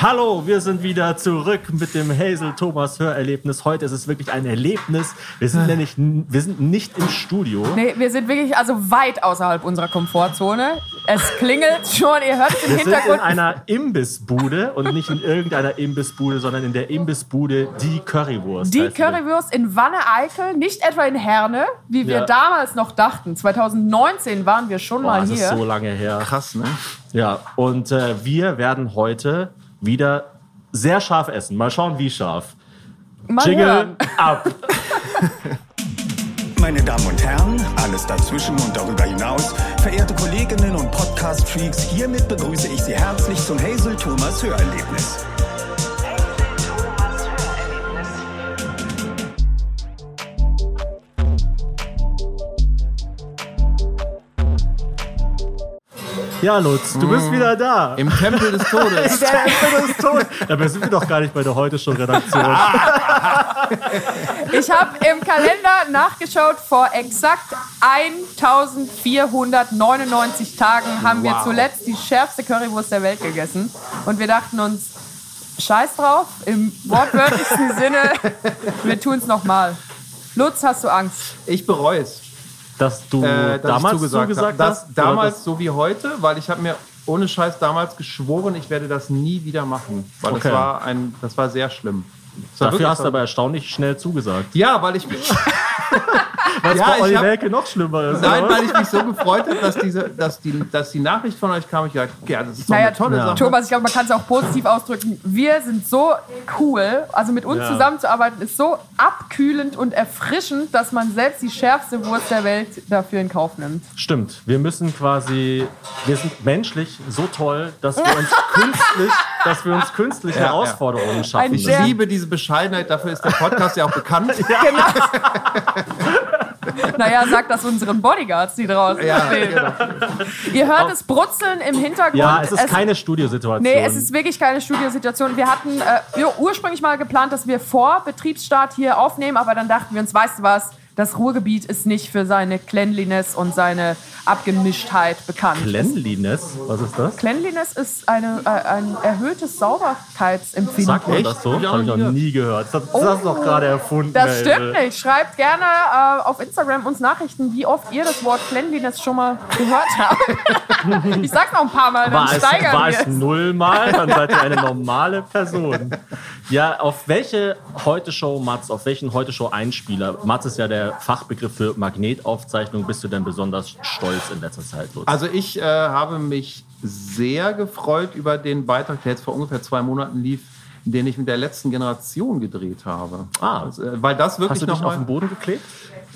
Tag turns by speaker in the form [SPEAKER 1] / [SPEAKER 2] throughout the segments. [SPEAKER 1] Hallo, wir sind wieder zurück mit dem Hazel Thomas Hörerlebnis. Heute ist es wirklich ein Erlebnis. Wir sind nämlich wir sind nicht im Studio.
[SPEAKER 2] Ah. Nee, wir sind wirklich also weit außerhalb unserer Komfortzone. Es klingelt schon, ihr hört es im
[SPEAKER 1] Wir sind in
[SPEAKER 2] Hintergrund.
[SPEAKER 1] einer Imbissbude und nicht in irgendeiner Imbissbude, sondern in der Imbissbude die Currywurst.
[SPEAKER 2] Die
[SPEAKER 1] heißt sie.
[SPEAKER 2] Currywurst in Wanne-Eickel, nicht etwa in Herne, wie wir
[SPEAKER 1] Ja.
[SPEAKER 2] damals noch dachten. 2019 waren wir schon
[SPEAKER 1] Boah,
[SPEAKER 2] mal
[SPEAKER 1] das
[SPEAKER 2] hier.
[SPEAKER 1] ist so lange her.
[SPEAKER 3] Krass, ne?
[SPEAKER 1] Ja, und äh, wir werden heute wieder sehr scharf essen. Mal schauen, wie scharf.
[SPEAKER 2] mal
[SPEAKER 1] Jingle
[SPEAKER 2] hören.
[SPEAKER 1] ab.
[SPEAKER 4] Meine Damen und Herren, alles dazwischen und darüber hinaus, verehrte Kolleginnen und Podcast-Freaks, hiermit begrüße ich Sie herzlich zum Hazel Thomas Hörerlebnis.
[SPEAKER 1] Ja, Lutz, du bist wieder da.
[SPEAKER 3] Mm. Im Tempel des Todes.
[SPEAKER 1] Dabei sind wir doch gar nicht bei der heute schon
[SPEAKER 3] Ah,
[SPEAKER 1] Redaktion.
[SPEAKER 2] Ich habe im Kalender nachgeschaut, vor exakt 1499 Tagen haben wir
[SPEAKER 3] Wow.
[SPEAKER 2] zuletzt die schärfste Currywurst der Welt gegessen. Und wir dachten uns, scheiß drauf, im wortwörtlichsten Sinne, wir tun es nochmal. Lutz, hast du Angst?
[SPEAKER 3] Ich bereue es,
[SPEAKER 1] Dass du
[SPEAKER 3] äh, dass
[SPEAKER 1] damals
[SPEAKER 3] ich zugesagt,
[SPEAKER 1] zugesagt
[SPEAKER 3] habe.
[SPEAKER 1] hast?
[SPEAKER 3] Das,
[SPEAKER 1] oder
[SPEAKER 3] damals
[SPEAKER 1] dass-
[SPEAKER 3] so wie heute, weil ich habe mir ohne Scheiß damals geschworen, ich werde das nie wieder machen. Weil
[SPEAKER 1] Okay.
[SPEAKER 3] das, war ein, das war sehr schlimm. Das war wirklich
[SPEAKER 1] Dafür hast
[SPEAKER 3] so-
[SPEAKER 1] du aber erstaunlich schnell zugesagt.
[SPEAKER 3] Ja, weil ich mich,
[SPEAKER 1] Was
[SPEAKER 3] Ja,
[SPEAKER 1] bei
[SPEAKER 3] ich
[SPEAKER 1] Olli
[SPEAKER 3] hab-
[SPEAKER 1] Welke noch schlimmer ist.
[SPEAKER 3] nein,
[SPEAKER 1] oder?
[SPEAKER 3] weil ich mich so gefreut habe, dass, diese, dass, die, dass die Nachricht von euch kam. Ich dachte, ja, also das ist doch
[SPEAKER 2] Naja,
[SPEAKER 3] eine tolle
[SPEAKER 1] ja.
[SPEAKER 3] Sache.
[SPEAKER 2] Thomas, ich glaube, man kann es auch positiv ausdrücken. Wir sind so cool. Also mit uns
[SPEAKER 1] Ja.
[SPEAKER 2] zusammenzuarbeiten ist so abkühlend und erfrischend, dass man selbst die schärfste Wurst der Welt dafür in Kauf nimmt.
[SPEAKER 1] Stimmt, wir müssen quasi, wir sind menschlich so toll, dass wir uns künstlich, dass wir uns künstlich
[SPEAKER 3] ja.
[SPEAKER 1] Herausforderungen schaffen.
[SPEAKER 2] Ein
[SPEAKER 1] müssen.
[SPEAKER 2] sehr-
[SPEAKER 3] Ich liebe diese Bescheidenheit, dafür ist der Podcast ja auch bekannt.
[SPEAKER 2] Naja, sag das unseren Bodyguards, die draußen
[SPEAKER 3] Ja,
[SPEAKER 2] stehen. Ihr hört es brutzeln im Hintergrund.
[SPEAKER 1] ja, es ist keine Studiosituation.
[SPEAKER 2] Nee, es ist wirklich keine Studiosituation. Wir hatten äh, ur- ursprünglich mal geplant, dass wir vor Betriebsstart hier aufnehmen, aber dann dachten wir uns, weißt du was, das Ruhrgebiet ist nicht für seine Cleanliness und seine Abgemischtheit bekannt.
[SPEAKER 1] Cleanliness. Was ist das?
[SPEAKER 2] Cleanliness ist eine, äh, ein erhöhtes Sauberkeitsempfinden.
[SPEAKER 1] Sagt man
[SPEAKER 3] Echt?
[SPEAKER 1] das so?
[SPEAKER 3] Ja,
[SPEAKER 1] Habe ich noch
[SPEAKER 3] ja.
[SPEAKER 1] nie gehört. Das, das hast du doch gerade erfunden.
[SPEAKER 2] Oh, Das stimmt
[SPEAKER 1] Alter.
[SPEAKER 2] nicht. Schreibt gerne äh, auf Instagram uns Nachrichten, wie oft ihr das Wort Cleanliness schon mal gehört habt. ich sag's noch ein paar Mal, dann
[SPEAKER 1] War es,
[SPEAKER 2] steigern
[SPEAKER 1] war
[SPEAKER 2] wir
[SPEAKER 1] es
[SPEAKER 2] es.
[SPEAKER 1] nullmal, dann seid ihr eine normale Person. Ja, auf welche Heute-Show, Mats, auf welchen Heute-Show-Einspieler, Mats ist ja der Fachbegriff für Magnetaufzeichnung, bist du denn besonders stolz in letzter Zeit, Lutz?
[SPEAKER 3] Also ich äh, habe mich sehr gefreut über den Beitrag, der jetzt vor ungefähr zwei Monaten lief, den ich mit der letzten Generation gedreht habe.
[SPEAKER 1] Ah.
[SPEAKER 3] Also, äh, weil das wirklich
[SPEAKER 1] Hast du dich auf
[SPEAKER 3] nochmal.
[SPEAKER 1] den Boden geklebt?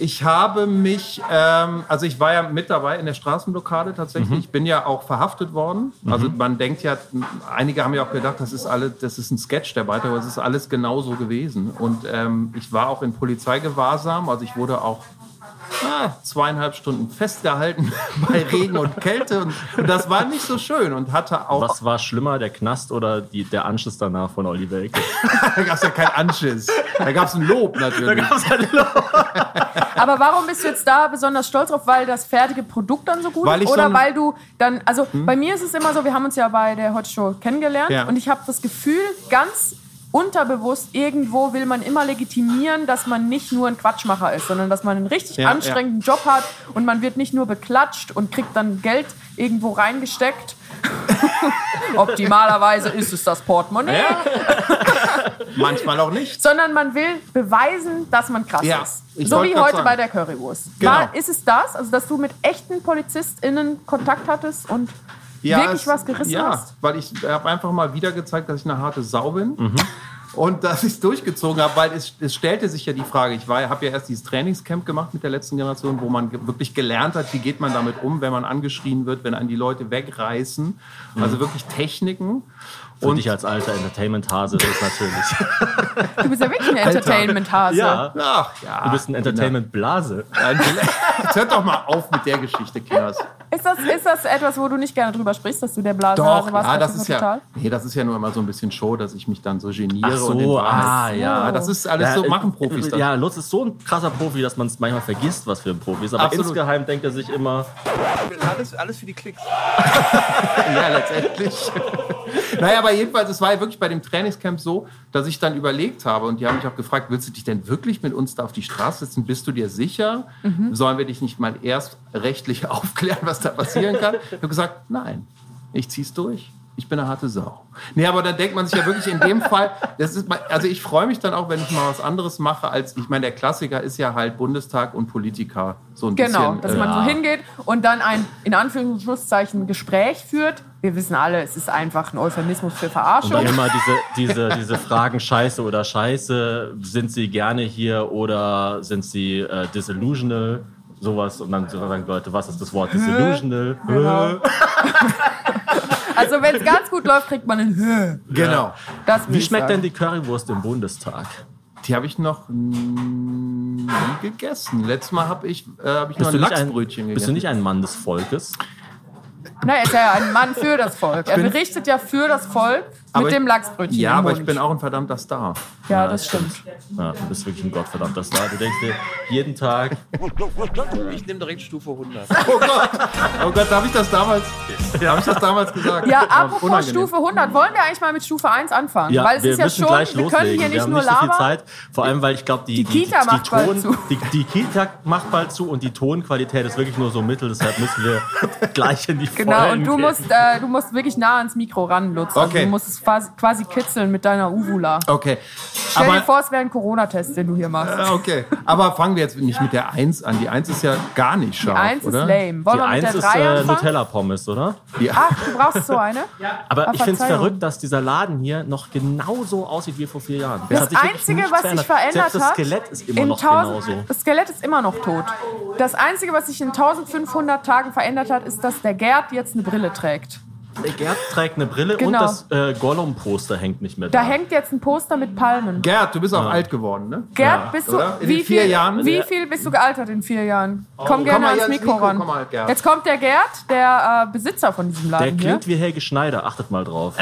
[SPEAKER 3] Ich habe mich, ähm, also ich war ja mit dabei in der Straßenblockade tatsächlich. Ich bin ja auch verhaftet worden. Also man denkt ja, einige haben ja auch gedacht, das ist alles, das ist ein Sketch der Beitrag, aber es ist alles genauso gewesen. Und ähm, ich war auch in Polizeigewahrsam, also ich wurde auch ah, zweieinhalb Stunden festgehalten bei Regen und Kälte und, und das war nicht so schön und hatte auch
[SPEAKER 1] Was war schlimmer, der Knast oder die, der Anschluss danach von Olli Welke?
[SPEAKER 3] da gab es ja keinen Anschiss. Da gab es ein Lob natürlich.
[SPEAKER 2] Aber warum bist du jetzt da besonders stolz drauf? Weil das fertige Produkt dann so gut
[SPEAKER 3] Weil
[SPEAKER 2] ist?
[SPEAKER 3] ich
[SPEAKER 2] Oder
[SPEAKER 3] so ein-
[SPEAKER 2] weil du dann, also bei mir ist es immer so, wir haben uns ja bei der Hot Show kennengelernt
[SPEAKER 3] Ja.
[SPEAKER 2] und ich habe das Gefühl, ganz unterbewusst irgendwo will man immer legitimieren, dass man nicht nur ein Quatschmacher ist, sondern dass man einen richtig
[SPEAKER 3] Ja,
[SPEAKER 2] anstrengenden Job hat und man wird nicht nur beklatscht und kriegt dann Geld irgendwo reingesteckt. Optimalerweise ist es das Portemonnaie,
[SPEAKER 3] Manchmal auch nicht.
[SPEAKER 2] sondern man will beweisen, dass man krass
[SPEAKER 3] Ja,
[SPEAKER 2] ist.
[SPEAKER 3] ich
[SPEAKER 2] So
[SPEAKER 3] wollt
[SPEAKER 2] wie
[SPEAKER 3] grad
[SPEAKER 2] heute
[SPEAKER 3] sagen.
[SPEAKER 2] bei der Currywurst.
[SPEAKER 3] Genau.
[SPEAKER 2] War, ist es das, also dass du mit echten PolizistInnen Kontakt hattest und wirklich
[SPEAKER 3] es-
[SPEAKER 2] was gerissen
[SPEAKER 3] ja,
[SPEAKER 2] hast?
[SPEAKER 3] weil ich habe einfach mal wieder gezeigt, dass ich eine harte Sau bin.
[SPEAKER 1] Mhm.
[SPEAKER 3] Und dass ich es durchgezogen habe, weil es, es stellte sich ja die Frage, ich habe ja erst dieses Trainingscamp gemacht mit der letzten Generation, wo man ge wirklich gelernt hat, wie geht man damit um, wenn man angeschrien wird, wenn einen die Leute wegreißen.
[SPEAKER 1] Mhm.
[SPEAKER 3] Also wirklich Techniken.
[SPEAKER 1] Für dich als alter Entertainment-Hase ist natürlich.
[SPEAKER 2] Du bist ja wirklich ein Entertainment-Hase.
[SPEAKER 1] Ja,
[SPEAKER 3] Ach ja.
[SPEAKER 1] du bist ein Entertainment-Blase.
[SPEAKER 3] Jetzt hört doch mal auf mit der Geschichte, Kinders.
[SPEAKER 2] Ist, das, ist das etwas, wo du nicht gerne drüber sprichst, dass du der Blasenhase
[SPEAKER 3] Doch,
[SPEAKER 2] warst?
[SPEAKER 3] ja,
[SPEAKER 2] als
[SPEAKER 3] das
[SPEAKER 2] du
[SPEAKER 3] ist
[SPEAKER 2] total?
[SPEAKER 3] ja, nee, das ist ja nur immer so ein bisschen Show, dass ich mich dann so geniere Satire und den Wahrheiten.
[SPEAKER 1] ah, ja.
[SPEAKER 3] Ah, das ist alles
[SPEAKER 1] Ja,
[SPEAKER 3] so,
[SPEAKER 1] äh,
[SPEAKER 3] machen Profis
[SPEAKER 1] äh,
[SPEAKER 3] das.
[SPEAKER 1] Ja, Lutz ist so ein krasser Profi, dass man es manchmal vergisst, was für ein Profi ist. Aber
[SPEAKER 3] Absolut.
[SPEAKER 1] insgeheim denkt er sich immer,
[SPEAKER 5] Alles, alles für die Klicks.
[SPEAKER 3] Ja, letztendlich. naja, aber jedenfalls, es war ja wirklich bei dem Trainingscamp so, dass ich dann überlegt habe und die haben mich auch gefragt, willst du dich denn wirklich mit uns da auf die Straße setzen? Bist du dir sicher?
[SPEAKER 2] Mhm.
[SPEAKER 3] Sollen wir dich nicht mal erst rechtlich aufklären, was da passieren kann? Ich habe gesagt, nein, ich zieh's durch. Ich bin eine harte Sau. Nee, aber da denkt man sich ja wirklich in dem Fall, das ist, mein- also ich freue mich dann auch, wenn ich mal was anderes mache, als, ich meine, der Klassiker ist ja halt Bundestag und Politiker, so ein
[SPEAKER 2] Genau,
[SPEAKER 3] bisschen.
[SPEAKER 2] dass
[SPEAKER 3] äh,
[SPEAKER 2] man so hingeht und dann ein, in Anführungszeichen, Gespräch führt. Wir wissen alle, es ist einfach ein Euphemismus für
[SPEAKER 1] Und dann
[SPEAKER 2] Verarschung.
[SPEAKER 1] immer diese, diese, diese Fragen, Scheiße oder Scheiße, sind sie gerne hier oder sind sie äh, disillusional? Sowas. Und dann sagen Leute, was ist das Wort disillusional?
[SPEAKER 2] Genau. Also wenn es ganz gut läuft, kriegt man ein Höh.
[SPEAKER 3] genau.
[SPEAKER 2] Das
[SPEAKER 1] Wie schmeckt denn
[SPEAKER 2] denn
[SPEAKER 1] die Currywurst im Bundestag?
[SPEAKER 3] Die habe ich noch nie gegessen. Letztes Mal habe ich, äh, hab ich noch
[SPEAKER 1] Bist du,
[SPEAKER 3] ein
[SPEAKER 1] nicht ein,
[SPEAKER 3] Lachsbrötchen gegessen.
[SPEAKER 1] bist du nicht ein Mann des Volkes?
[SPEAKER 2] Na, er ist ja ein Mann für das Volk. Er
[SPEAKER 3] bin-
[SPEAKER 2] berichtet ja für das Volk
[SPEAKER 3] Aber
[SPEAKER 2] mit
[SPEAKER 3] ich-
[SPEAKER 2] dem Lachsbrötchen.
[SPEAKER 3] ja,
[SPEAKER 2] im
[SPEAKER 3] aber
[SPEAKER 2] Mund.
[SPEAKER 3] ich bin auch ein verdammter Star.
[SPEAKER 2] Ja, das stimmt.
[SPEAKER 1] Ja, du bist wirklich ein gottverdammter Star. Du denkst dir jeden Tag,
[SPEAKER 5] Ich nehme direkt Stufe 100.
[SPEAKER 3] Oh Gott, oh Gott, habe ich das damals, habe ich das damals gesagt?
[SPEAKER 2] Ja,
[SPEAKER 3] Das war
[SPEAKER 2] apropos
[SPEAKER 3] unangenehm.
[SPEAKER 2] Stufe 100, wollen wir eigentlich mal mit Stufe 1 anfangen?
[SPEAKER 1] ja,
[SPEAKER 2] Weil es
[SPEAKER 1] wir
[SPEAKER 2] ist ja
[SPEAKER 1] müssen
[SPEAKER 2] schon,
[SPEAKER 1] gleich
[SPEAKER 2] wir
[SPEAKER 1] loslegen.
[SPEAKER 2] können hier
[SPEAKER 1] wir
[SPEAKER 2] nicht
[SPEAKER 1] haben
[SPEAKER 2] nur
[SPEAKER 1] nicht so viel
[SPEAKER 2] labern.
[SPEAKER 1] Zeit. Vor allem, weil ich glaube, die,
[SPEAKER 2] Die Kita
[SPEAKER 1] die,
[SPEAKER 2] macht bald zu.
[SPEAKER 1] die, die Kita macht bald zu und die Tonqualität ist wirklich nur so mittel. Deshalb müssen wir gleich in die
[SPEAKER 2] Genau,
[SPEAKER 1] Vollen
[SPEAKER 2] und du
[SPEAKER 1] gehen.
[SPEAKER 2] musst, äh, du musst wirklich nah ans Mikro ran, Lutz. Also
[SPEAKER 3] Okay.
[SPEAKER 2] Du musst es quasi, quasi kitzeln mit deiner Uvula.
[SPEAKER 3] Okay,
[SPEAKER 2] Stell dir
[SPEAKER 3] aber
[SPEAKER 2] vor, es wäre ein Corona-Test, den du hier machst.
[SPEAKER 3] äh, okay, aber fangen wir jetzt nicht mit der 1 an. Die 1 ist ja gar nicht scharf,
[SPEAKER 2] Eins ist
[SPEAKER 3] oder?
[SPEAKER 1] Die
[SPEAKER 2] lame. Wollen wir mit der
[SPEAKER 1] eins ist
[SPEAKER 2] 3
[SPEAKER 1] äh,
[SPEAKER 2] anfangen?
[SPEAKER 1] Nutella-Pommes, oder?
[SPEAKER 3] Die,
[SPEAKER 2] Ach, du brauchst so eine?
[SPEAKER 1] Aber ich finde es
[SPEAKER 2] Verzeihung.
[SPEAKER 1] verrückt, dass dieser Laden hier noch genauso aussieht wie vor vier Jahren.
[SPEAKER 2] Das
[SPEAKER 1] hat sich wirklich
[SPEAKER 2] Einzige,
[SPEAKER 1] nichts
[SPEAKER 2] was sich verändert
[SPEAKER 1] Selbst das
[SPEAKER 2] hat,
[SPEAKER 1] Skelett ist immer noch
[SPEAKER 2] 1000
[SPEAKER 1] genauso.
[SPEAKER 2] Das Skelett ist immer noch tot. Das Einzige, was sich in 1500 Tagen verändert hat, ist, dass der Gerd jetzt eine Brille trägt.
[SPEAKER 1] Der Gerd trägt eine Brille
[SPEAKER 2] Genau.
[SPEAKER 1] und das äh, Gollum-Poster hängt nicht mehr
[SPEAKER 2] Da
[SPEAKER 1] da.
[SPEAKER 2] hängt jetzt ein Poster mit Palmen.
[SPEAKER 3] Gerd, du bist auch alt geworden, ne?
[SPEAKER 2] Gerd, bist du,
[SPEAKER 3] oder? In
[SPEAKER 2] wie,
[SPEAKER 3] den vier
[SPEAKER 2] viel,
[SPEAKER 3] Jahren?
[SPEAKER 2] wie viel bist du gealtert in vier Jahren? komm
[SPEAKER 3] Komm
[SPEAKER 2] gerne
[SPEAKER 3] mal
[SPEAKER 2] ans
[SPEAKER 3] hier ans
[SPEAKER 2] Mikro
[SPEAKER 3] Mikro,
[SPEAKER 2] ran.
[SPEAKER 3] komm mal, Gerd.
[SPEAKER 2] Jetzt kommt der Gerd, der äh, Besitzer von diesem
[SPEAKER 1] Der
[SPEAKER 2] Laden hier.
[SPEAKER 1] klingt wie Helge Schneider, achtet mal drauf.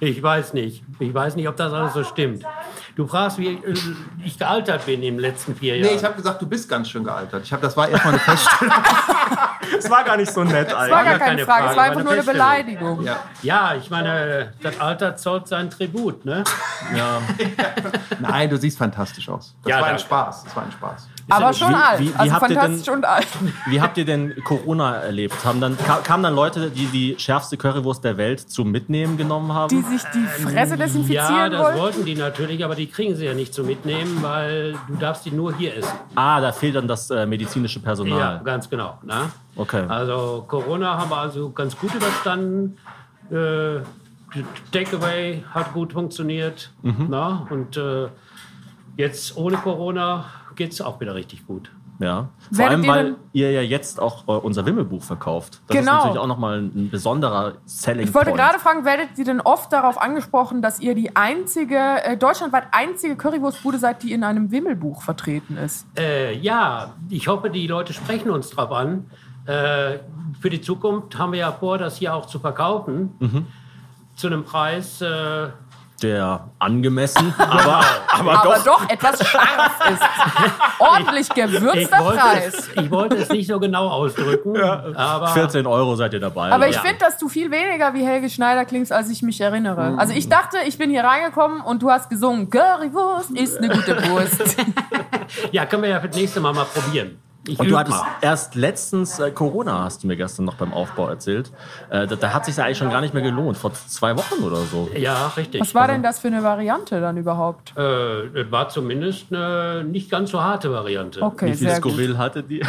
[SPEAKER 6] Ich weiß nicht. Ich weiß nicht, ob das alles so stimmt. Du fragst, wie äh, ich gealtert bin in den letzten vier
[SPEAKER 3] Nee,
[SPEAKER 6] Jahren.
[SPEAKER 3] ich habe gesagt, du bist ganz schön gealtert. Ich hab, das war erstmal eine Feststellung.
[SPEAKER 1] Das war gar nicht so nett
[SPEAKER 2] Es war
[SPEAKER 1] eigentlich.
[SPEAKER 2] gar
[SPEAKER 6] gar
[SPEAKER 2] keine Frage,
[SPEAKER 6] keine
[SPEAKER 2] es
[SPEAKER 6] Frage,
[SPEAKER 2] war
[SPEAKER 6] war
[SPEAKER 2] einfach
[SPEAKER 6] eine
[SPEAKER 2] nur eine
[SPEAKER 6] Feststellung.
[SPEAKER 2] Beleidigung.
[SPEAKER 3] Ja.
[SPEAKER 6] ja, ich meine, das Alter zollt sein Tribut, ne?
[SPEAKER 3] Nein, du siehst fantastisch aus. Das
[SPEAKER 6] Ja,
[SPEAKER 3] war ein
[SPEAKER 6] danke.
[SPEAKER 3] Spaß. Das war ein Spaß.
[SPEAKER 2] Aber
[SPEAKER 1] Wie-
[SPEAKER 2] schon
[SPEAKER 1] wie-
[SPEAKER 2] alt,
[SPEAKER 1] wie
[SPEAKER 2] also
[SPEAKER 1] habt ihr denn-
[SPEAKER 2] fantastisch und alt.
[SPEAKER 1] Wie habt ihr denn Corona erlebt? Haben dann, ka kamen dann Leute, die die schärfste Currywurst der Welt zum Mitnehmen genommen
[SPEAKER 2] Die
[SPEAKER 1] haben?
[SPEAKER 2] sich die Fresse
[SPEAKER 6] Ja,
[SPEAKER 2] desinfizieren
[SPEAKER 6] das
[SPEAKER 2] wollen.
[SPEAKER 6] wollten die natürlich, aber die kriegen sie ja nicht zu mitnehmen, weil du darfst die nur hier essen.
[SPEAKER 1] Ah, da fehlt dann das äh, medizinische
[SPEAKER 6] Ja,
[SPEAKER 1] Personal.
[SPEAKER 6] ganz genau. Ne?
[SPEAKER 1] Okay.
[SPEAKER 6] Also Corona haben wir also ganz gut überstanden. Äh, Takeaway hat gut funktioniert. Na? Und äh, jetzt ohne Corona geht es auch wieder richtig gut.
[SPEAKER 1] Ja. Vor
[SPEAKER 2] Werdet
[SPEAKER 1] allem,
[SPEAKER 2] ihr
[SPEAKER 1] weil
[SPEAKER 2] denn-
[SPEAKER 1] ihr ja jetzt auch äh, unser Wimmelbuch verkauft. Das
[SPEAKER 2] Genau.
[SPEAKER 1] ist natürlich auch nochmal ein besonderer Selling
[SPEAKER 2] Ich wollte
[SPEAKER 1] Point.
[SPEAKER 2] gerade fragen, werdet ihr denn oft darauf angesprochen, dass ihr die einzige, äh, deutschlandweit einzige Currywurstbude seid, die in einem Wimmelbuch vertreten ist?
[SPEAKER 6] Äh, ja, ich hoffe, die Leute sprechen uns drauf an. Äh, für die Zukunft haben wir ja vor, das hier auch zu verkaufen. Zu einem Preis. Äh,
[SPEAKER 1] Der angemessen, aber, aber,
[SPEAKER 2] Aber
[SPEAKER 1] doch.
[SPEAKER 2] doch etwas scharf ist. Ordentlich
[SPEAKER 6] ich,
[SPEAKER 2] gewürzter
[SPEAKER 6] wollte
[SPEAKER 2] Preis.
[SPEAKER 6] es, ich wollte es nicht so genau ausdrücken, aber
[SPEAKER 1] 14 Euro seid ihr dabei.
[SPEAKER 2] Aber ich
[SPEAKER 1] Ja.
[SPEAKER 2] finde, dass du viel weniger wie Helge Schneider klingst, als ich mich erinnere. Also ich dachte, ich bin hier reingekommen und du hast gesungen, Currywurst ist eine gute Wurst.
[SPEAKER 6] ja, können wir ja für das nächste Mal mal probieren. Ich
[SPEAKER 1] Und
[SPEAKER 6] üb
[SPEAKER 1] du hattest
[SPEAKER 6] mal.
[SPEAKER 1] erst letztens äh, Corona, hast du mir gestern noch beim Aufbau erzählt. Äh, da, da hat sich ja eigentlich schon gar nicht mehr gelohnt, vor zwei Wochen oder so.
[SPEAKER 6] Ja, richtig.
[SPEAKER 2] Was war denn das für eine Variante dann überhaupt?
[SPEAKER 6] Äh, das war zumindest eine nicht ganz so harte Variante.
[SPEAKER 2] Okay,
[SPEAKER 1] Wie viel
[SPEAKER 2] sehr gut.
[SPEAKER 1] Skurril hatte die?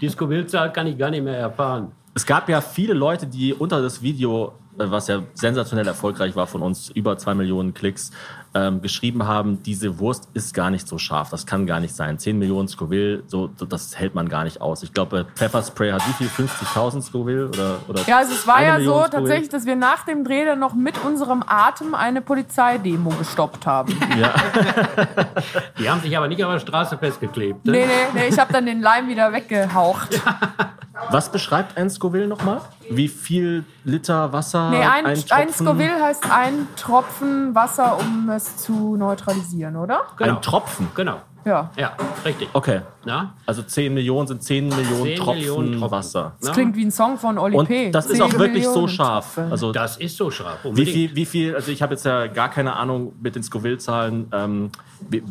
[SPEAKER 6] Die Scoville-Zahl kann ich gar nicht mehr erfahren.
[SPEAKER 1] Es gab ja viele Leute, die unter das Video, äh, was ja sensationell erfolgreich war von uns, über zwei Millionen Klicks, ähm, geschrieben haben, diese Wurst ist gar nicht so scharf, das kann gar nicht sein. 10 Millionen Scoville, so, d- das hält man gar nicht aus. Ich glaube, Pfefferspray hat wie viel? 50.000 Scoville? Oder, oder
[SPEAKER 2] Ja, also es war
[SPEAKER 1] eine
[SPEAKER 2] ja
[SPEAKER 1] Million
[SPEAKER 2] so
[SPEAKER 1] Scoville?
[SPEAKER 2] tatsächlich, dass wir nach dem Dreh dann noch mit unserem Atem eine Polizeidemo gestoppt haben.
[SPEAKER 6] Die haben sich aber nicht auf der Straße festgeklebt. Ne?
[SPEAKER 2] Nee, nee, nee, ich habe dann den Leim wieder weggehaucht.
[SPEAKER 1] Was beschreibt ein Scoville nochmal? Wie viel Liter Wasser?
[SPEAKER 2] Nee, ein, ein,
[SPEAKER 1] Tropfen,
[SPEAKER 2] Scoville heißt ein Tropfen Wasser, um es zu neutralisieren, oder?
[SPEAKER 1] Ein Tropfen.
[SPEAKER 6] Genau.
[SPEAKER 2] Ja.
[SPEAKER 6] Ja, richtig.
[SPEAKER 1] Okay.
[SPEAKER 6] Na?
[SPEAKER 1] Also 10 Millionen sind 10 Millionen,
[SPEAKER 6] 10
[SPEAKER 1] Tropfen,
[SPEAKER 6] Millionen Tropfen.
[SPEAKER 1] Wasser.
[SPEAKER 2] Das klingt wie ein Song von Oli
[SPEAKER 1] Und
[SPEAKER 2] P.
[SPEAKER 1] das ist
[SPEAKER 2] Zehn
[SPEAKER 1] auch wirklich so
[SPEAKER 2] Millionen
[SPEAKER 1] scharf.
[SPEAKER 2] Tropfen.
[SPEAKER 1] Also
[SPEAKER 6] Das ist so scharf.
[SPEAKER 1] wie
[SPEAKER 6] Unbedingt.
[SPEAKER 1] viel, wie viel, also ich habe jetzt ja gar keine Ahnung mit den Scoville-Zahlen, ähm, wie- w-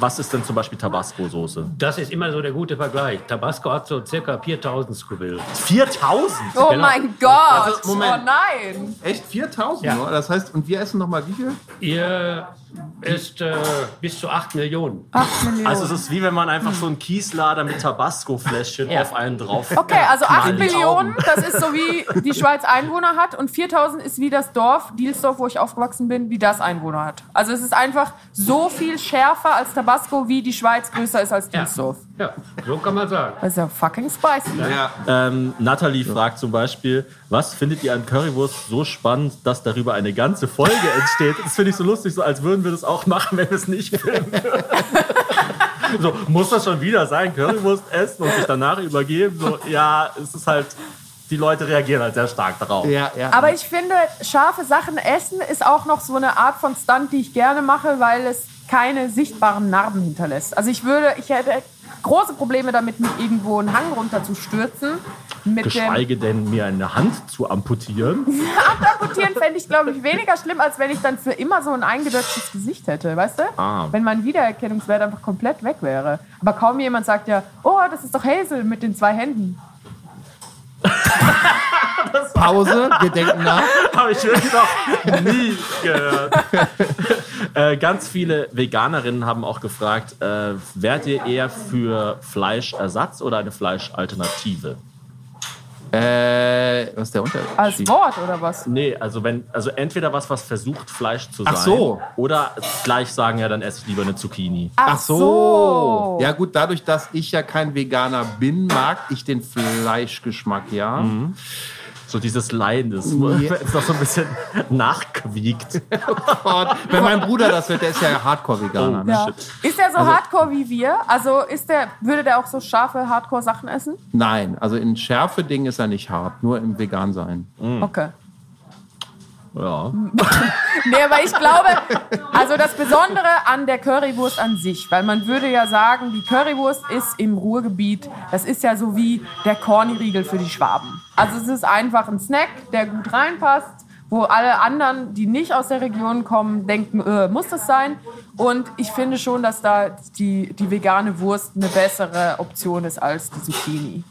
[SPEAKER 1] was ist denn zum Beispiel Tabasco-Soße?
[SPEAKER 6] Das ist immer so der gute Vergleich. Tabasco hat so circa 4000 Scoville.
[SPEAKER 1] 4000?
[SPEAKER 2] oh mein Gott!
[SPEAKER 3] Also, Moment.
[SPEAKER 2] Oh nein!
[SPEAKER 3] Echt 4000
[SPEAKER 6] Ja.
[SPEAKER 3] nur? Das heißt, und wir essen nochmal wie viel?
[SPEAKER 6] Ihr ist äh, bis zu 8 Millionen.
[SPEAKER 2] 8 Millionen.
[SPEAKER 1] Also es ist wie wenn man einfach so einen Kieslader mit Tabasco-Fläschchen
[SPEAKER 6] Ja.
[SPEAKER 1] auf einen drauf.
[SPEAKER 2] Okay, also 8
[SPEAKER 1] in die
[SPEAKER 2] Millionen, das ist so wie die Schweiz Einwohner hat und 4000 ist wie das Dorf, Dielsdorf, wo ich aufgewachsen bin, wie das Einwohner hat. Also es ist einfach so viel schärfer als Tabasco, wie die Schweiz größer ist als
[SPEAKER 6] Ja.
[SPEAKER 2] Dielsdorf.
[SPEAKER 6] ja, so kann man sagen.
[SPEAKER 2] Das ist ja fucking spicy.
[SPEAKER 3] Ja.
[SPEAKER 1] Ähm, Natalie fragt zum Beispiel, was findet ihr an Currywurst so spannend, dass darüber eine ganze Folge entsteht? Das finde ich so lustig, so als würden wir das auch machen, wenn wir es nicht filmen würden. So, muss das schon wieder sein, Currywurst essen und sich danach übergeben? So, ja, es ist halt, die Leute reagieren halt sehr stark darauf.
[SPEAKER 3] Ja, ja.
[SPEAKER 2] Aber ich finde, scharfe Sachen essen ist auch noch so eine Art von Stunt, die ich gerne mache, weil es keine sichtbaren Narben hinterlässt. Also ich würde, ich hätte große Probleme damit, mich irgendwo einen Hang runterzustürzen. Mit dem
[SPEAKER 1] Geschweige denn, mir eine Hand zu amputieren.
[SPEAKER 2] Amputieren fände ich, glaube ich, weniger schlimm, als wenn ich dann für immer so ein eingedötztes Gesicht hätte, weißt du?
[SPEAKER 1] Ah.
[SPEAKER 2] Wenn mein Wiedererkennungswert einfach komplett weg wäre. Aber kaum jemand sagt ja, oh, das ist doch Hazel mit den zwei Händen.
[SPEAKER 3] Pause, wir denken nach.
[SPEAKER 1] Habe ich wirklich noch nie gehört. äh, ganz viele Veganerinnen haben auch gefragt, äh, wärt ihr eher für Fleischersatz oder eine Fleischalternative?
[SPEAKER 3] Äh, was ist der Unterschied?
[SPEAKER 2] Als Wort oder was?
[SPEAKER 1] Nee, also wenn, also entweder was, was versucht, Fleisch zu sein.
[SPEAKER 3] Ach so.
[SPEAKER 1] Oder gleich sagen, ja, dann esse ich lieber eine Zucchini.
[SPEAKER 3] Ach so. Ja gut, dadurch, dass ich ja kein Veganer bin, mag ich den Fleischgeschmack, ja.
[SPEAKER 1] So dieses Leiden, das
[SPEAKER 3] Ja.
[SPEAKER 1] ist noch so ein bisschen nachgewiegt.
[SPEAKER 3] Und wenn mein Bruder das wird, der ist ja Hardcore-Veganer. ne?
[SPEAKER 2] Ja. Ist er so hardcore wie wir? Also ist der, würde der auch so scharfe Hardcore-Sachen essen?
[SPEAKER 3] Nein, also in schärfe Dingen ist er nicht hart, nur im Vegan sein.
[SPEAKER 2] Okay.
[SPEAKER 1] Ja.
[SPEAKER 2] Nee, aber ich glaube, also das Besondere an der Currywurst an sich, weil man würde ja sagen, die Currywurst ist im Ruhrgebiet, das ist ja so wie der Korniriegel für die Schwaben. Also es ist einfach ein Snack, der gut reinpasst, wo alle anderen, die nicht aus der Region kommen, denken, äh, muss das sein? Und ich finde schon, dass da die, die vegane Wurst eine bessere Option ist als die Zucchini.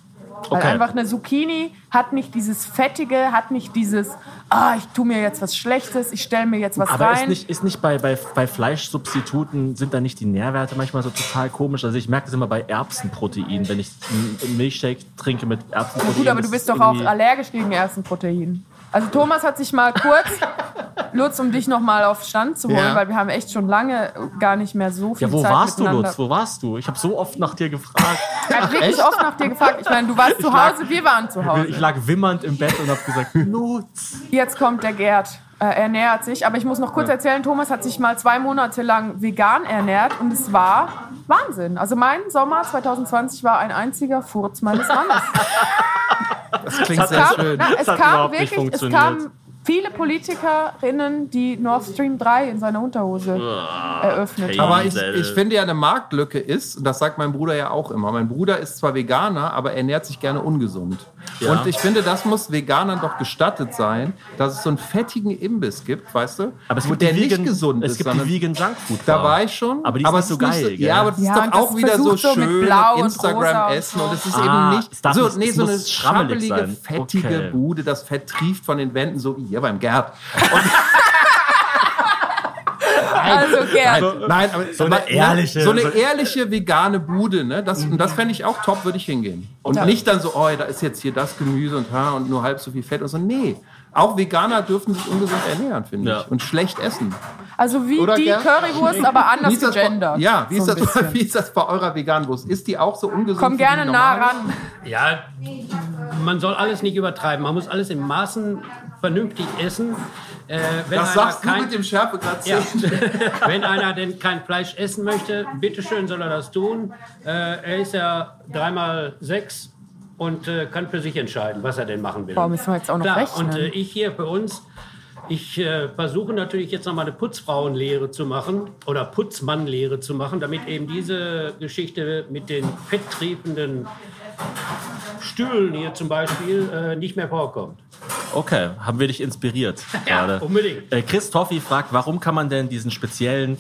[SPEAKER 2] Weil
[SPEAKER 1] Okay.
[SPEAKER 2] einfach eine Zucchini hat nicht dieses Fettige, hat nicht dieses, ah, ich tue mir jetzt was Schlechtes, ich stelle mir jetzt was
[SPEAKER 1] Aber ist
[SPEAKER 2] rein.
[SPEAKER 1] nicht, ist nicht bei, bei, bei Fleischsubstituten, sind da nicht die Nährwerte manchmal so total komisch? Also ich merke das immer bei Erbsenprotein, wenn ich einen Milchshake trinke mit
[SPEAKER 2] Na
[SPEAKER 1] Erbsenprotein.
[SPEAKER 2] Gut, aber du
[SPEAKER 1] das ist
[SPEAKER 2] bist doch auch
[SPEAKER 1] irgendwie-
[SPEAKER 2] allergisch gegen die ersten Protein. Also Thomas hat sich mal kurz, Lutz, um dich nochmal auf Stand zu holen,
[SPEAKER 3] Ja.
[SPEAKER 2] weil wir haben echt schon lange gar nicht mehr so viel
[SPEAKER 1] Ja, wo
[SPEAKER 2] Zeit
[SPEAKER 1] warst du,
[SPEAKER 2] miteinander.
[SPEAKER 1] Lutz? Wo warst du? Ich habe so oft nach dir gefragt.
[SPEAKER 2] Ich habe wirklich oft nach dir gefragt. Ich meine, du warst zu Hause, wir waren zu Hause.
[SPEAKER 1] Ich lag wimmernd im Bett und habe gesagt, Lutz.
[SPEAKER 2] Jetzt kommt der Gerd. Äh, Er nähert sich. Aber ich muss noch kurz erzählen, Thomas hat sich mal zwei Monate lang vegan ernährt und es war Wahnsinn. Also mein Sommer 2020 war ein einziger Furz meines Mannes.
[SPEAKER 3] Das klingt sehr
[SPEAKER 2] kam,
[SPEAKER 3] schön.
[SPEAKER 2] Na, es
[SPEAKER 1] Das hat
[SPEAKER 2] kam
[SPEAKER 1] überhaupt nicht
[SPEAKER 2] wirklich, es
[SPEAKER 1] funktioniert.
[SPEAKER 2] kamen viele Politikerinnen, die Nord Stream 3 in seiner Unterhose eröffnet
[SPEAKER 1] okay.
[SPEAKER 2] haben.
[SPEAKER 3] Aber ich,
[SPEAKER 1] Diesel.
[SPEAKER 3] ich finde ja, eine Marktlücke ist, und das sagt mein Bruder ja auch immer, mein Bruder ist zwar Veganer, aber er ernährt sich gerne ungesund.
[SPEAKER 1] Ja.
[SPEAKER 3] Und ich finde, das muss Veganern doch gestattet sein, dass es so einen fettigen Imbiss gibt, weißt du?
[SPEAKER 1] Aber es
[SPEAKER 3] wo
[SPEAKER 1] gibt
[SPEAKER 3] der
[SPEAKER 1] die Vegan,
[SPEAKER 3] nicht gesund
[SPEAKER 1] es
[SPEAKER 3] ist.
[SPEAKER 1] gibt
[SPEAKER 3] sondern-
[SPEAKER 1] die Vegan Junkfood.
[SPEAKER 3] da war ich schon.
[SPEAKER 1] Aber die ist nicht
[SPEAKER 3] es
[SPEAKER 1] so geil,
[SPEAKER 3] so-
[SPEAKER 1] gell?
[SPEAKER 3] Ja, aber das
[SPEAKER 2] Ja,
[SPEAKER 3] ist
[SPEAKER 2] und
[SPEAKER 3] doch
[SPEAKER 2] das
[SPEAKER 3] auch wieder so
[SPEAKER 2] versucht so mit
[SPEAKER 3] schön
[SPEAKER 2] Blau und rosa und
[SPEAKER 3] Instagram-Essen.
[SPEAKER 2] so.
[SPEAKER 3] Und es ist
[SPEAKER 1] Ah,
[SPEAKER 3] eben
[SPEAKER 1] es
[SPEAKER 3] nicht
[SPEAKER 1] darf
[SPEAKER 3] so,
[SPEAKER 1] nicht-
[SPEAKER 3] nee,
[SPEAKER 1] es
[SPEAKER 3] so eine
[SPEAKER 1] muss schrammelig
[SPEAKER 3] schrabbelige,
[SPEAKER 1] sein.
[SPEAKER 3] fettige
[SPEAKER 1] Okay.
[SPEAKER 3] Bude, das Fett trieft von den Wänden, so wie hier beim Gerd.
[SPEAKER 2] Also Gerd,
[SPEAKER 3] Nein, nein, aber so
[SPEAKER 1] eine ehrliche-
[SPEAKER 3] so eine
[SPEAKER 1] so- Mhm.
[SPEAKER 3] ehrliche vegane Bude, ne? Das, und das fände ich auch top, würde ich hingehen. Und
[SPEAKER 2] Ja.
[SPEAKER 3] nicht dann so, oh, da ist jetzt hier das Gemüse und ha, und nur halb so viel Fett und so. Nee. Auch Veganer dürfen sich ungesund ernähren, finde
[SPEAKER 1] Ja.
[SPEAKER 3] ich. Und schlecht essen.
[SPEAKER 2] also wie
[SPEAKER 3] Oder,
[SPEAKER 2] die
[SPEAKER 3] Gerd?
[SPEAKER 2] Currywurst, aber
[SPEAKER 3] Wie
[SPEAKER 2] anders
[SPEAKER 3] ist das bei,
[SPEAKER 2] gegendert.
[SPEAKER 3] ja, wie,
[SPEAKER 2] So ein
[SPEAKER 3] ist das,
[SPEAKER 2] bisschen.
[SPEAKER 3] wie ist das bei eurer veganen Wurst? Ist die auch so ungesund?
[SPEAKER 2] Komm
[SPEAKER 3] wie die
[SPEAKER 2] gerne nah
[SPEAKER 3] normale?
[SPEAKER 2] ran.
[SPEAKER 6] Ja, man soll alles nicht übertreiben. Man muss alles in Maßen vernünftig essen. Äh, wenn
[SPEAKER 3] Das
[SPEAKER 6] einer
[SPEAKER 3] sagst du
[SPEAKER 6] kein-
[SPEAKER 3] mit dem Schärfegrad 10.
[SPEAKER 6] Ja. Wenn einer denn kein Fleisch essen möchte, bitteschön soll er das tun. Äh, er ist ja dreimal sechs und äh, kann für sich entscheiden, was er denn machen will.
[SPEAKER 2] Boah, müssen wir jetzt auch noch
[SPEAKER 6] Klar,
[SPEAKER 2] rechnen.
[SPEAKER 6] und äh, ich hier bei uns, ich äh, versuche natürlich jetzt nochmal eine Putzfrauenlehre zu machen oder Putzmannlehre zu machen, damit eben diese Geschichte mit den fetttriebenden Stühlen hier zum Beispiel äh, nicht mehr vorkommt.
[SPEAKER 1] Okay, haben wir dich inspiriert gerade.
[SPEAKER 6] unbedingt.
[SPEAKER 1] Äh, Chris Toffi fragt, warum kann man denn diesen speziellen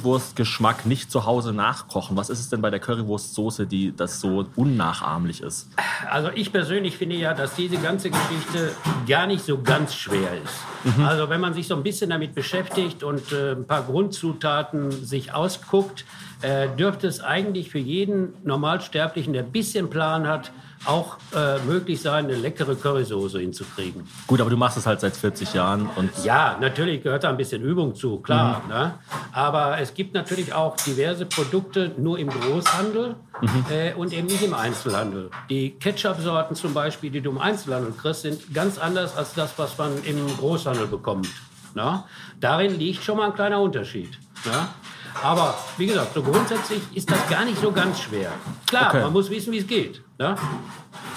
[SPEAKER 1] Currywurst-Geschmack nicht zu Hause nachkochen? Was ist es denn bei der Currywurst-Soße, die das so unnachahmlich ist?
[SPEAKER 6] Also ich persönlich finde ja, dass diese ganze Geschichte gar nicht so ganz schwer ist. Also wenn man sich so ein bisschen damit beschäftigt und äh, ein paar Grundzutaten sich ausguckt, äh, dürfte es eigentlich für jeden Normalsterblichen, der ein bisschen Plan hat, auch äh, möglich sein, eine leckere Currysoße hinzukriegen.
[SPEAKER 1] Gut, aber du machst es halt seit 40 Jahren und
[SPEAKER 6] Ja, natürlich gehört da ein bisschen Übung zu, klar. Ne? Aber es gibt natürlich auch diverse Produkte nur im Großhandel äh, und eben nicht im Einzelhandel. Die Ketchup-Sorten zum Beispiel, die du im Einzelhandel kriegst, sind ganz anders als das, was man im Großhandel bekommt. Ne? Darin liegt schon mal ein kleiner Unterschied. Ne? Aber wie gesagt, so grundsätzlich ist das gar nicht so ganz schwer. Klar,
[SPEAKER 1] Okay.
[SPEAKER 6] man muss wissen, wie es geht. Ne?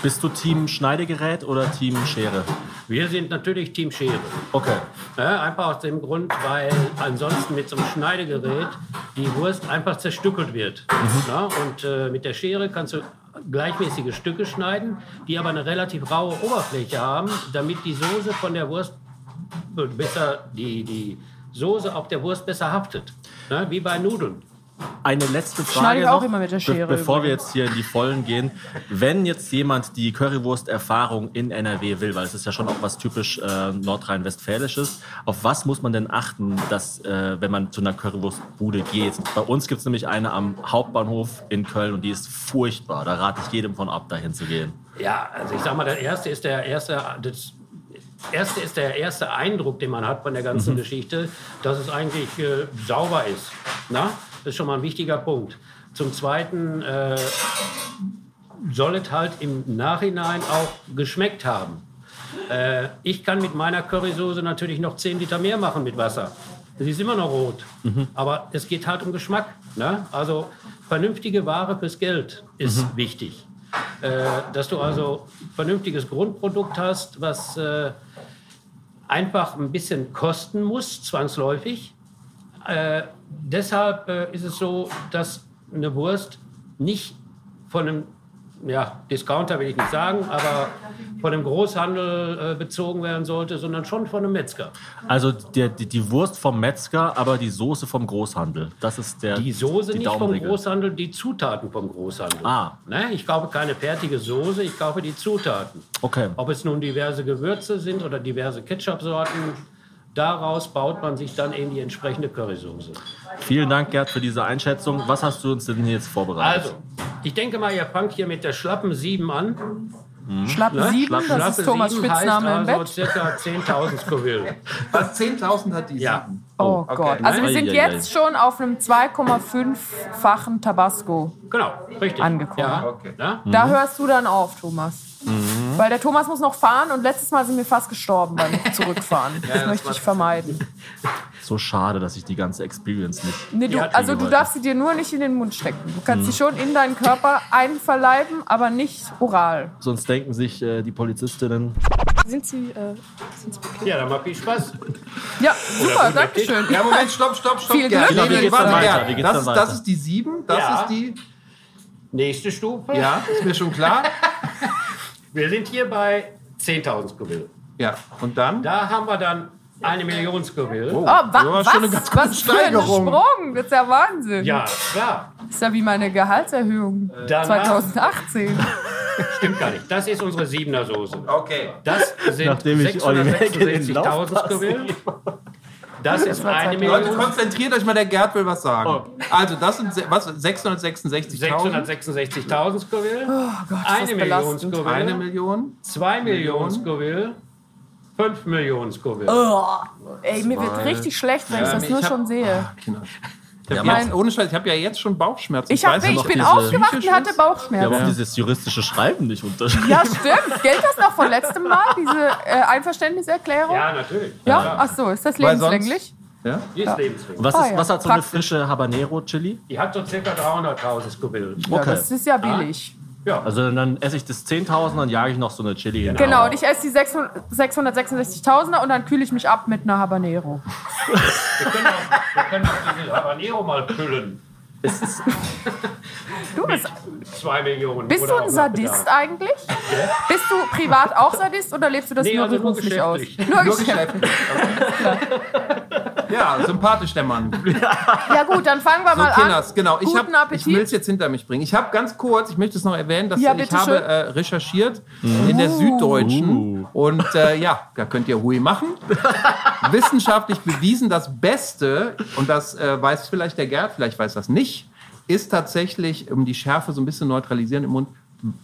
[SPEAKER 1] bist du Team Schneidegerät oder Team Schere?
[SPEAKER 6] Wir sind natürlich Team Schere.
[SPEAKER 1] Okay.
[SPEAKER 6] Ja, einfach aus dem Grund, weil ansonsten mit so einem Schneidegerät die Wurst einfach zerstückelt wird. Ja, und äh, mit der Schere kannst du gleichmäßige Stücke schneiden, die aber eine relativ raue Oberfläche haben, damit die Soße von der Wurst besser, die, die Soße auf der Wurst besser haftet. Ja, wie bei Nudeln.
[SPEAKER 1] Eine letzte
[SPEAKER 2] Schneide
[SPEAKER 1] Frage
[SPEAKER 2] ich
[SPEAKER 1] noch,
[SPEAKER 2] auch immer mit der Schere
[SPEAKER 1] Be bevor wir
[SPEAKER 2] übrigens.
[SPEAKER 1] jetzt hier in die Vollen gehen. Wenn jetzt jemand die Currywurst-Erfahrung in NRW will, weil es ist ja schon auch was typisch äh, Nordrhein-Westfälisches, auf was muss man denn achten, dass, äh, wenn man zu einer Currywurstbude geht? Bei uns gibt es nämlich eine am Hauptbahnhof in Köln und die ist furchtbar. Da rate ich jedem von ab, dahin zu gehen.
[SPEAKER 6] Ja, also ich sag mal, der erste ist der erste, das erste ist der erste Eindruck, den man hat von der ganzen Geschichte, dass es eigentlich äh, sauber ist. Na? Das ist schon mal ein wichtiger Punkt. Zum zweiten äh, soll es halt im Nachhinein auch geschmeckt haben. Äh, ich kann mit meiner Currysoße natürlich noch 10 Liter mehr machen mit Wasser. Sie ist immer noch rot. Aber es geht halt um Geschmack. Ne? Also vernünftige Ware fürs Geld ist wichtig. Äh, dass du also vernünftiges Grundprodukt hast, was äh, einfach ein bisschen kosten muss, zwangsläufig. Äh, deshalb äh, ist es so, dass eine Wurst nicht von einem ja, Discounter will ich nicht sagen, aber von einem Großhandel äh, bezogen werden sollte, sondern schon von einem Metzger.
[SPEAKER 1] Also der, die, die Wurst vom Metzger, aber die Soße vom Großhandel. Das ist der
[SPEAKER 6] Die Soße nicht vom
[SPEAKER 1] Daumenregel.
[SPEAKER 6] Großhandel, die Zutaten vom Großhandel.
[SPEAKER 1] Ah.
[SPEAKER 6] Ne? Ich kaufe keine fertige Soße, ich kaufe die Zutaten.
[SPEAKER 1] Okay.
[SPEAKER 6] Ob es nun diverse Gewürze sind oder diverse Ketchup-Sorten, daraus baut man sich dann eben die entsprechende Currysoße.
[SPEAKER 1] Vielen Dank, Gerd, für diese Einschätzung. Was hast du uns denn jetzt vorbereitet?
[SPEAKER 6] Also, ich denke mal, ihr fangt hier mit der schlappen 7 an.
[SPEAKER 2] Schlappen sieben, das
[SPEAKER 6] Schlappe
[SPEAKER 2] ist Thomas
[SPEAKER 6] 7 ne? heißt
[SPEAKER 2] Spitzname im
[SPEAKER 6] also
[SPEAKER 2] Bett.
[SPEAKER 6] circa 10.000 Scoville.
[SPEAKER 3] Was 10.000 hat die
[SPEAKER 6] Ja.
[SPEAKER 3] Sieben?
[SPEAKER 2] Oh
[SPEAKER 3] okay.
[SPEAKER 2] Gott. Also wir
[SPEAKER 1] Ei,
[SPEAKER 2] sind
[SPEAKER 1] ei,
[SPEAKER 2] jetzt schon auf einem 2,5-fachen Tabasco.
[SPEAKER 6] Genau, richtig.
[SPEAKER 2] Angekommen.
[SPEAKER 6] Ja,
[SPEAKER 3] Okay.
[SPEAKER 6] ne?
[SPEAKER 2] Da hörst du dann auf, Thomas.
[SPEAKER 3] Mhm.
[SPEAKER 2] Weil der Thomas muss noch fahren und letztes Mal sind wir fast gestorben beim Zurückfahren. das, möchte ich vermeiden.
[SPEAKER 1] So schade, dass ich die ganze Experience nicht.
[SPEAKER 2] Nee, du,
[SPEAKER 6] Ja,
[SPEAKER 2] also
[SPEAKER 1] kriegen
[SPEAKER 2] du
[SPEAKER 1] wir
[SPEAKER 2] darfst sie dir nur nicht in den Mund stecken. Du kannst
[SPEAKER 3] Mhm.
[SPEAKER 2] sie schon in deinen Körper einverleiben, aber nicht oral.
[SPEAKER 1] Sonst denken sich äh, die Polizistinnen.
[SPEAKER 7] Sind sie, äh, sind sie bekannt?
[SPEAKER 6] ja, dann macht viel Spaß.
[SPEAKER 2] Ja, super, danke schön.
[SPEAKER 3] Ja, Moment, stopp, stopp, stopp.
[SPEAKER 2] Viel
[SPEAKER 3] Gerd.
[SPEAKER 2] Glück.
[SPEAKER 1] Genau, wie geht's
[SPEAKER 3] warte,
[SPEAKER 1] dann weiter?
[SPEAKER 3] Gerd.
[SPEAKER 1] Wie geht's
[SPEAKER 3] das,
[SPEAKER 1] dann
[SPEAKER 3] ist,
[SPEAKER 1] weiter?
[SPEAKER 3] das ist die 7, das
[SPEAKER 6] Ja.
[SPEAKER 3] ist die.
[SPEAKER 6] Nächste Stufe.
[SPEAKER 3] Ja, ist mir schon klar.
[SPEAKER 6] Wir sind hier bei 10.000 Scoville.
[SPEAKER 3] Ja, und dann?
[SPEAKER 6] Da haben wir dann eine Million Scoville.
[SPEAKER 2] Oh, wa
[SPEAKER 3] Das war
[SPEAKER 2] was?
[SPEAKER 3] schon eine ganz gute
[SPEAKER 2] was für ein
[SPEAKER 3] Steigerung.
[SPEAKER 2] Sprung? Das ist ja Wahnsinn.
[SPEAKER 6] Ja, klar.
[SPEAKER 2] Das ist ja wie meine Gehaltserhöhung
[SPEAKER 3] Äh,
[SPEAKER 6] Dann
[SPEAKER 2] 2018.
[SPEAKER 6] Stimmt gar nicht. Das ist unsere Siebener Soße.
[SPEAKER 3] Okay.
[SPEAKER 6] Das sind
[SPEAKER 1] Nachdem ich Oliver Hecke den Lauf
[SPEAKER 6] 666.000 Scoville. Das ist eine
[SPEAKER 3] Leute,
[SPEAKER 6] Million.
[SPEAKER 3] konzentriert euch mal, der Gerd will was sagen. Also, das sind se- was, 666.000,
[SPEAKER 6] 666.000 Scoville. eine
[SPEAKER 2] das Oh
[SPEAKER 6] Million
[SPEAKER 2] belastend.
[SPEAKER 6] Scoville.
[SPEAKER 3] eine Million.
[SPEAKER 6] zwei Millionen Scoville. Fünf Millionen Scoville.
[SPEAKER 2] Ey, mir wird richtig schlecht, wenn ich das
[SPEAKER 3] ich
[SPEAKER 2] nur
[SPEAKER 3] hab-
[SPEAKER 2] schon sehe.
[SPEAKER 3] Kinder. Ich hab
[SPEAKER 1] aber-
[SPEAKER 3] jetzt, ohne Scheiß, ich habe ja jetzt schon Bauchschmerzen.
[SPEAKER 2] Ich, hab,
[SPEAKER 3] weiß ja
[SPEAKER 2] ich
[SPEAKER 3] noch
[SPEAKER 2] bin
[SPEAKER 3] diese-
[SPEAKER 2] aufgewacht und hatte
[SPEAKER 1] Ja, aber
[SPEAKER 2] Bauchschmerzen.
[SPEAKER 1] auch dieses juristische Schreiben nicht unterschrieben.
[SPEAKER 2] Ja, stimmt. Gilt das noch von letztem Mal, diese äh, Einverständniserklärung?
[SPEAKER 6] Ja, natürlich.
[SPEAKER 2] Oh. Ja? Ach so, ist das
[SPEAKER 3] Weil sonst-
[SPEAKER 2] lebenslänglich?
[SPEAKER 3] Ja?
[SPEAKER 6] Die ist lebensfähig.
[SPEAKER 1] Was,
[SPEAKER 2] Ah,
[SPEAKER 1] ist,
[SPEAKER 2] ja.
[SPEAKER 1] was hat so eine
[SPEAKER 2] Praktisch.
[SPEAKER 1] frische Habanero-Chili?
[SPEAKER 6] Die hat so circa 300.000 Scoville.
[SPEAKER 2] Ja, das ist ja billig.
[SPEAKER 3] Ja.
[SPEAKER 1] Also dann, dann esse ich das 10.000, dann jage ich noch so eine Chili hin.
[SPEAKER 2] Genau, und ich esse die 600 666.000er und dann kühle ich mich ab mit einer Habanero.
[SPEAKER 6] Wir können auch, wir können auch dieses Habanero mal füllen.
[SPEAKER 2] Du bist,
[SPEAKER 6] Zwei Millionen.
[SPEAKER 2] bist du
[SPEAKER 6] oder
[SPEAKER 2] ein
[SPEAKER 6] auch
[SPEAKER 2] Sadist
[SPEAKER 6] noch
[SPEAKER 2] eigentlich? Bist du privat auch Sadist oder lebst du das
[SPEAKER 6] Nee,
[SPEAKER 2] nur
[SPEAKER 6] also nur
[SPEAKER 2] beruflich aus?
[SPEAKER 6] geschäftlich.
[SPEAKER 2] Nur
[SPEAKER 3] Nur
[SPEAKER 2] geschäftlich.
[SPEAKER 3] geschäftlich. Okay. ja, sympathisch der Mann.
[SPEAKER 2] Ja gut, dann fangen wir
[SPEAKER 3] So,
[SPEAKER 2] mal
[SPEAKER 3] Kinders,
[SPEAKER 2] an.
[SPEAKER 3] genau. Ich,
[SPEAKER 2] Guten
[SPEAKER 3] hab, ich
[SPEAKER 2] Appetit.
[SPEAKER 3] will es jetzt hinter mich bringen. Ich habe ganz kurz, ich möchte es noch erwähnen, dass
[SPEAKER 2] Ja,
[SPEAKER 3] ich
[SPEAKER 2] bitte
[SPEAKER 3] habe
[SPEAKER 2] schön. Uh.
[SPEAKER 3] äh, recherchiert in der Süddeutschen. Und äh, ja, da könnt ihr Hui machen. Wissenschaftlich bewiesen, das Beste, und das äh, weiß vielleicht der Gerd, vielleicht weiß das nicht, ist tatsächlich, um die Schärfe so ein bisschen neutralisieren im Mund,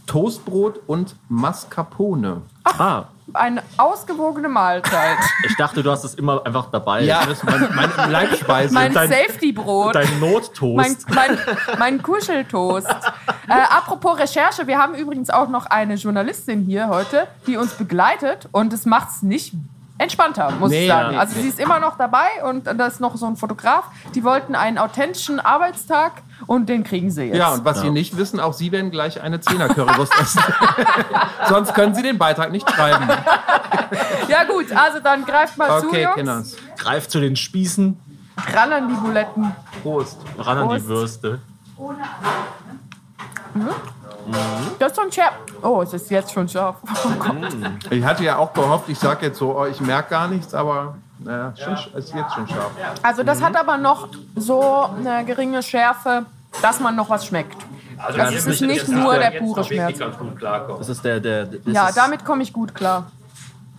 [SPEAKER 3] Toastbrot und Mascarpone.
[SPEAKER 1] Ah,
[SPEAKER 2] Eine ausgewogene Mahlzeit.
[SPEAKER 1] ich dachte, du hast es immer einfach dabei.
[SPEAKER 3] Ja, das ist mein, meine Leibspeise.
[SPEAKER 2] Mein
[SPEAKER 1] dein-
[SPEAKER 2] Safety-Brot.
[SPEAKER 1] Dein
[SPEAKER 2] Mein,
[SPEAKER 1] Nottoast.
[SPEAKER 2] mein, mein Kuscheltoast. Äh, apropos Recherche, wir haben übrigens auch noch eine Journalistin hier heute, die uns begleitet und es macht es nicht entspannter, muss
[SPEAKER 3] Nee,
[SPEAKER 2] ich sagen.
[SPEAKER 3] nee,
[SPEAKER 2] also
[SPEAKER 3] nee.
[SPEAKER 2] sie ist immer noch dabei und da ist noch so ein Fotograf. Die wollten einen authentischen Arbeitstag und den kriegen sie jetzt.
[SPEAKER 3] Ja, und was Sie nicht wissen, auch Sie werden gleich eine Zehner-Currywurst essen. Sonst können Sie den Beitrag nicht schreiben.
[SPEAKER 2] Ja, gut, also dann greift mal zu,
[SPEAKER 3] Okay,
[SPEAKER 2] Jungs.
[SPEAKER 3] Kinders.
[SPEAKER 1] Greif zu den Spießen,
[SPEAKER 2] Ran an die Buletten.
[SPEAKER 3] Prost.
[SPEAKER 1] ran an die
[SPEAKER 2] Prost.
[SPEAKER 1] Würste.
[SPEAKER 2] Das ist so ein Scherb. Oh, es ist jetzt schon scharf.
[SPEAKER 3] Ich hatte ja auch gehofft, ich sage jetzt so, oh, ich merke gar nichts, aber naja, schon, es wird schon scharf.
[SPEAKER 2] Also
[SPEAKER 3] Mhm.
[SPEAKER 2] das hat aber noch so eine geringe Schärfe, dass man noch was schmeckt.
[SPEAKER 6] Also
[SPEAKER 2] Das
[SPEAKER 6] ihr
[SPEAKER 2] ist
[SPEAKER 6] müsst
[SPEAKER 2] nicht
[SPEAKER 6] jetzt
[SPEAKER 2] nur
[SPEAKER 6] aber
[SPEAKER 2] der
[SPEAKER 6] jetzt
[SPEAKER 2] pure
[SPEAKER 6] noch wirklich
[SPEAKER 2] Schmerz.
[SPEAKER 6] Ganz gut klarkommen.
[SPEAKER 1] Das ist der, der, das
[SPEAKER 2] Ja,
[SPEAKER 1] ist,
[SPEAKER 2] damit komme ich gut klar.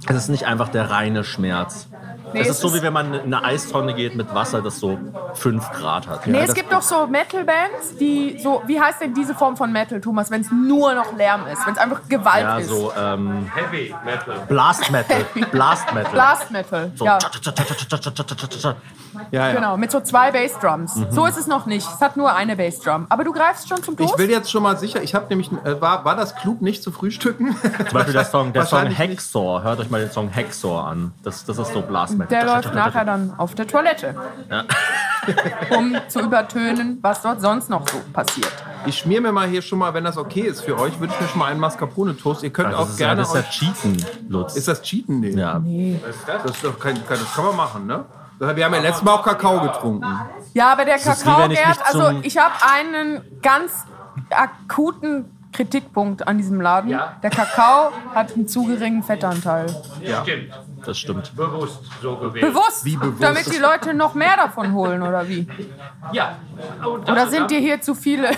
[SPEAKER 1] Es ist nicht einfach der reine Schmerz.
[SPEAKER 2] Nee,
[SPEAKER 1] Es ist so, wie wenn man in eine Eistonne geht mit Wasser, das so 5 Grad hat.
[SPEAKER 2] Nee,
[SPEAKER 1] Ja,
[SPEAKER 2] es
[SPEAKER 1] das-
[SPEAKER 2] gibt doch so Metal-Bands, die so, wie heißt denn diese Form von Metal, Thomas, wenn es nur noch Lärm ist, wenn es einfach Gewalt
[SPEAKER 1] ja,
[SPEAKER 2] ist?
[SPEAKER 1] so ähm,
[SPEAKER 6] Heavy Metal.
[SPEAKER 1] Blast Metal. Blast Metal.
[SPEAKER 2] Blast Metal,
[SPEAKER 1] so.
[SPEAKER 2] ja,
[SPEAKER 3] Ja, ja.
[SPEAKER 2] genau, mit so zwei Bassdrums.
[SPEAKER 1] Mhm.
[SPEAKER 2] So ist es noch nicht, es hat nur eine Bassdrum. Aber du greifst schon zum Toast?
[SPEAKER 3] Ich will jetzt schon mal sicher, ich habe nämlich, äh, war, war das klug, nicht zu frühstücken?
[SPEAKER 1] Zum Beispiel der Song, der Song
[SPEAKER 3] Wahrscheinlich nicht.
[SPEAKER 1] Hexor. Hört euch mal den Song Hexor an. Das, das ist so Blast Metal.
[SPEAKER 2] Der läuft nachher dann auf der Toilette, um zu übertönen, was dort sonst noch so passiert.
[SPEAKER 3] Ich schmier mir mal hier schon mal, wenn das okay ist für euch, würde ich mir schon mal einen Mascarpone-Toast. Ihr könnt
[SPEAKER 1] Das
[SPEAKER 3] auch
[SPEAKER 1] ist, ja,
[SPEAKER 3] gerne
[SPEAKER 1] das ist ja
[SPEAKER 3] euch-
[SPEAKER 1] Cheaten, Lutz.
[SPEAKER 3] Ist das Cheaten? Nee.
[SPEAKER 1] ja.
[SPEAKER 3] Das, ist doch kein, kein, das kann man machen, ne? Wir haben ja letztes Mal auch Kakao getrunken.
[SPEAKER 2] Ja, aber der
[SPEAKER 1] ist wie wenn ich
[SPEAKER 2] Kakaogärt,
[SPEAKER 1] mich
[SPEAKER 2] also
[SPEAKER 1] zum-
[SPEAKER 2] ich habe einen ganz akuten Kritikpunkt an diesem Laden.
[SPEAKER 6] Ja.
[SPEAKER 2] Der Kakao hat einen zu geringen Fettanteil.
[SPEAKER 3] Ja.
[SPEAKER 6] Stimmt.
[SPEAKER 1] das stimmt.
[SPEAKER 6] Bewusst so gewählt.
[SPEAKER 2] Bewusst,
[SPEAKER 3] Wie bewusst?
[SPEAKER 2] damit die Leute noch mehr davon holen, oder wie?
[SPEAKER 6] ja. Und
[SPEAKER 2] Oder
[SPEAKER 6] das-
[SPEAKER 2] sind dir hier zu viele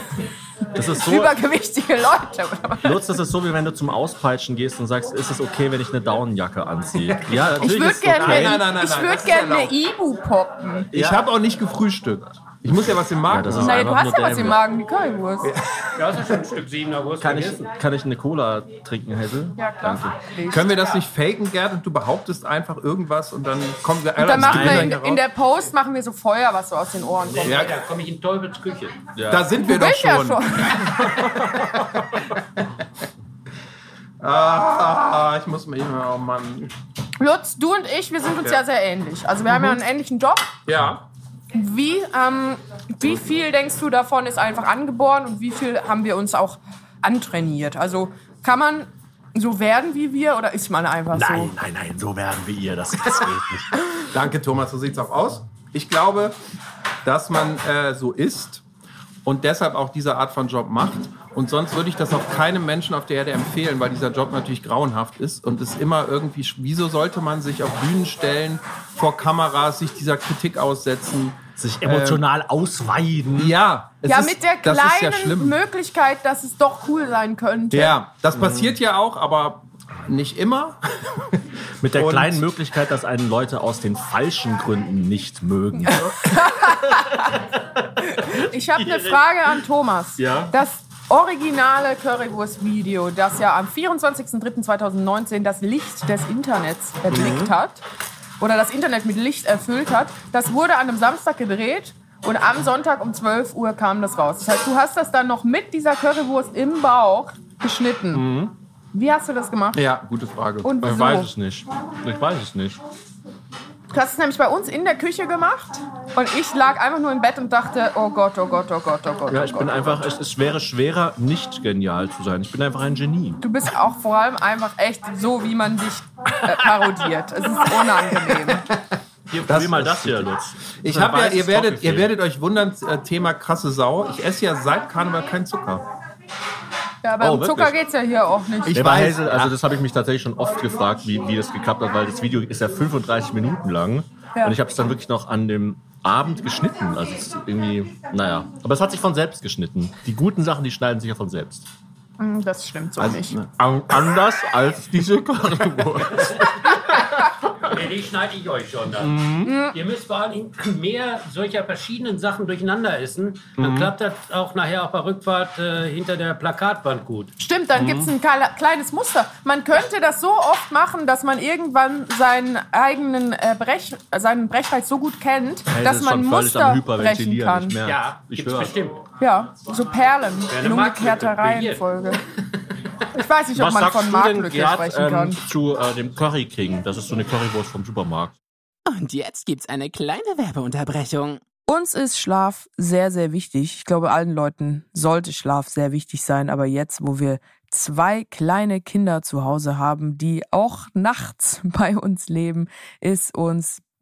[SPEAKER 1] Das ist so,
[SPEAKER 2] übergewichtige Leute? Oder was?
[SPEAKER 1] Lutz, das ist so, wie wenn du zum Auspeitschen gehst und sagst, ist es okay, wenn ich eine Daunenjacke anziehe? Ja, natürlich
[SPEAKER 2] Ich würde
[SPEAKER 1] ist es
[SPEAKER 2] gerne
[SPEAKER 1] okay.
[SPEAKER 3] Nein, nein, nein,
[SPEAKER 2] ich
[SPEAKER 3] nein,
[SPEAKER 2] würd
[SPEAKER 3] das ist
[SPEAKER 2] gern eine
[SPEAKER 3] erlaubt.
[SPEAKER 2] Ibu poppen.
[SPEAKER 3] Ich habe auch nicht gefrühstückt. Ich muss ja was im
[SPEAKER 1] Ja,
[SPEAKER 3] Magen
[SPEAKER 1] das
[SPEAKER 3] haben.
[SPEAKER 1] ist
[SPEAKER 2] Naja, du
[SPEAKER 1] einfach
[SPEAKER 2] hast ja
[SPEAKER 1] nur
[SPEAKER 2] was im
[SPEAKER 1] dämlich.
[SPEAKER 2] Magen, die Currywurst.
[SPEAKER 6] Ja, das ist schon ein Stück siebener Wurst.
[SPEAKER 1] Kann
[SPEAKER 6] gegessen.
[SPEAKER 1] ich, kann ich eine Cola trinken, Hazel?
[SPEAKER 2] Ja, klar.
[SPEAKER 3] Können wir das nicht faken, Gerd, und du behauptest einfach irgendwas und dann kommen wir alle
[SPEAKER 2] Dann machen wir in,
[SPEAKER 3] Nein.
[SPEAKER 2] in der Post machen wir so Feuer, was so aus den Ohren kommt.
[SPEAKER 3] ja,
[SPEAKER 6] Da komme ich in Teufels Küche.
[SPEAKER 3] Da sind wir
[SPEAKER 2] Du
[SPEAKER 3] doch
[SPEAKER 2] bist ja
[SPEAKER 3] schon.
[SPEAKER 2] schon.
[SPEAKER 3] Ah, ich muss mich oh Mann.
[SPEAKER 2] Lutz, du und ich, wir sind uns ja, sehr ähnlich. Also wir haben ja
[SPEAKER 3] Mhm.
[SPEAKER 2] einen ähnlichen Job.
[SPEAKER 3] Ja.
[SPEAKER 2] Wie, ähm, wie viel denkst du davon ist einfach angeboren und wie viel haben wir uns auch antrainiert? Also kann man so werden wie wir oder ist man einfach
[SPEAKER 1] Nein, nein, nein, so werden wir ihr. Das, das geht nicht.
[SPEAKER 3] Danke, Thomas, so sieht's auch aus. Ich glaube, dass man äh, so ist und deshalb auch diese Art von Job macht. Und sonst würde ich das auch keinem Menschen auf der Erde empfehlen, weil dieser Job natürlich grauenhaft ist und es immer irgendwie. sch- Wieso sollte man sich auf Bühnen stellen, vor Kameras, sich dieser Kritik aussetzen?
[SPEAKER 1] Sich emotional ausweiden.
[SPEAKER 3] Ja, es
[SPEAKER 2] so? Ja,
[SPEAKER 3] ist,
[SPEAKER 2] mit der
[SPEAKER 3] das ist ja
[SPEAKER 2] kleinen
[SPEAKER 3] schlimm.
[SPEAKER 2] Möglichkeit, dass es doch cool sein könnte.
[SPEAKER 3] Ja, das passiert ja auch, aber nicht immer.
[SPEAKER 1] Mit der
[SPEAKER 3] Und-
[SPEAKER 1] kleinen Möglichkeit, dass einen Leute aus den falschen Gründen nicht mögen.
[SPEAKER 2] Ich habe eine Frage an Thomas.
[SPEAKER 1] Ja?
[SPEAKER 2] Das originale Currywurst-Video, das ja am 24.03.2019 das Licht des Internets
[SPEAKER 1] Mhm.
[SPEAKER 2] erblickt hat, oder das Internet mit Licht erfüllt hat, das wurde an einem Samstag gedreht und am Sonntag um 12 Uhr kam das raus. Das heißt, du hast das dann noch mit dieser Currywurst im Bauch geschnitten. Wie hast du das gemacht?
[SPEAKER 3] Ja, gute Frage.
[SPEAKER 2] Und
[SPEAKER 1] Mhm.
[SPEAKER 2] wieso?
[SPEAKER 1] Ich weiß es nicht. Ich weiß es nicht.
[SPEAKER 2] Du hast es nämlich bei uns in der Küche gemacht Und ich lag einfach nur im Bett und dachte, oh Gott, oh Gott, oh Gott, oh Gott.
[SPEAKER 1] Ja,
[SPEAKER 2] oh
[SPEAKER 1] ich
[SPEAKER 2] Gott.
[SPEAKER 1] bin einfach, es, es wäre schwerer, nicht genial zu sein. Ich bin einfach ein Genie.
[SPEAKER 2] Du bist auch vor allem einfach echt so, wie man dich äh, parodiert. Es ist unangenehm.
[SPEAKER 1] Hier, probier mal das hier, Lutz.
[SPEAKER 3] Ich habe ja,
[SPEAKER 1] Weißes
[SPEAKER 3] ihr werdet,
[SPEAKER 1] Toffifee.
[SPEAKER 3] ihr werdet euch wundern, äh, Thema krasse Sau. Ich esse ja seit Karneval keinen Zucker.
[SPEAKER 2] Ja, aber
[SPEAKER 1] Oh,
[SPEAKER 2] um Zucker
[SPEAKER 1] wirklich?
[SPEAKER 2] geht's ja hier auch nicht.
[SPEAKER 3] Ich
[SPEAKER 1] Nee, aber
[SPEAKER 3] weiß,
[SPEAKER 1] Hazel, also das habe ich mich tatsächlich schon oft gefragt, wie, wie das geklappt hat, weil das Video ist ja 35 Minuten lang
[SPEAKER 2] Ja.
[SPEAKER 1] und ich habe es dann wirklich noch an dem Abend geschnitten. Also es ist irgendwie, naja. Aber es hat sich von selbst geschnitten. Die guten Sachen, die schneiden sich ja von selbst.
[SPEAKER 2] Hm, Das stimmt so
[SPEAKER 1] Also,
[SPEAKER 2] nicht.
[SPEAKER 1] An, anders als diese Carnivores.
[SPEAKER 6] Ja, die schneide ich euch schon dann.
[SPEAKER 3] Mhm.
[SPEAKER 6] Ihr müsst vor allem mehr solcher verschiedenen Sachen durcheinander essen. Dann
[SPEAKER 3] Mhm.
[SPEAKER 6] klappt das auch nachher auch bei Rückfahrt äh, hinter der Plakatwand gut.
[SPEAKER 2] Stimmt, dann gibt's
[SPEAKER 1] Mhm.
[SPEAKER 2] ein kle- kleines Muster. Man könnte das so oft machen, dass man irgendwann seinen eigenen äh, Brech, äh, seinen Brechreiz so gut kennt, dass man Muster brechen kann.
[SPEAKER 1] Ich merk's.
[SPEAKER 6] Ja,
[SPEAKER 1] ich
[SPEAKER 6] gibt's
[SPEAKER 1] höre.
[SPEAKER 6] bestimmt.
[SPEAKER 2] Ja, so Perlen in
[SPEAKER 6] eine
[SPEAKER 2] umgekehrter
[SPEAKER 6] Marktlücke, wie hier.
[SPEAKER 2] Reihenfolge. Ich weiß nicht, ob
[SPEAKER 1] Was
[SPEAKER 2] man
[SPEAKER 1] sagst
[SPEAKER 2] von
[SPEAKER 1] du denn,
[SPEAKER 2] Marktlücke
[SPEAKER 1] Gerd,
[SPEAKER 2] sprechen
[SPEAKER 1] ähm,
[SPEAKER 2] kann.
[SPEAKER 1] zu äh, dem Curry King? Das ist so eine Currywurst vom Supermarkt.
[SPEAKER 8] Und jetzt gibt's eine kleine Werbeunterbrechung.
[SPEAKER 2] Uns ist Schlaf sehr, sehr wichtig. Ich glaube, allen Leuten sollte Schlaf sehr wichtig sein. Aber jetzt, wo wir zwei kleine Kinder zu Hause haben, die auch nachts bei uns leben, ist uns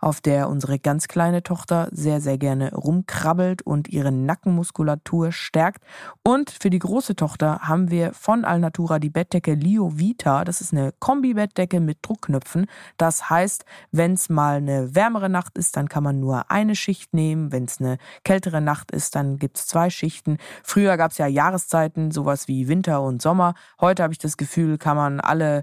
[SPEAKER 2] auf der unsere ganz kleine Tochter sehr, sehr gerne rumkrabbelt und ihre Nackenmuskulatur stärkt. Und für die große Tochter haben wir von Alnatura die Bettdecke Lio Vita. Das ist eine Kombi-Bettdecke mit Druckknöpfen. Das heißt, wenn es mal eine wärmere Nacht ist, dann kann man nur eine Schicht nehmen. Wenn es eine kältere Nacht ist, dann gibt es zwei Schichten. Früher gab es ja Jahreszeiten, sowas wie Winter und Sommer. Heute habe ich das Gefühl, kann man alle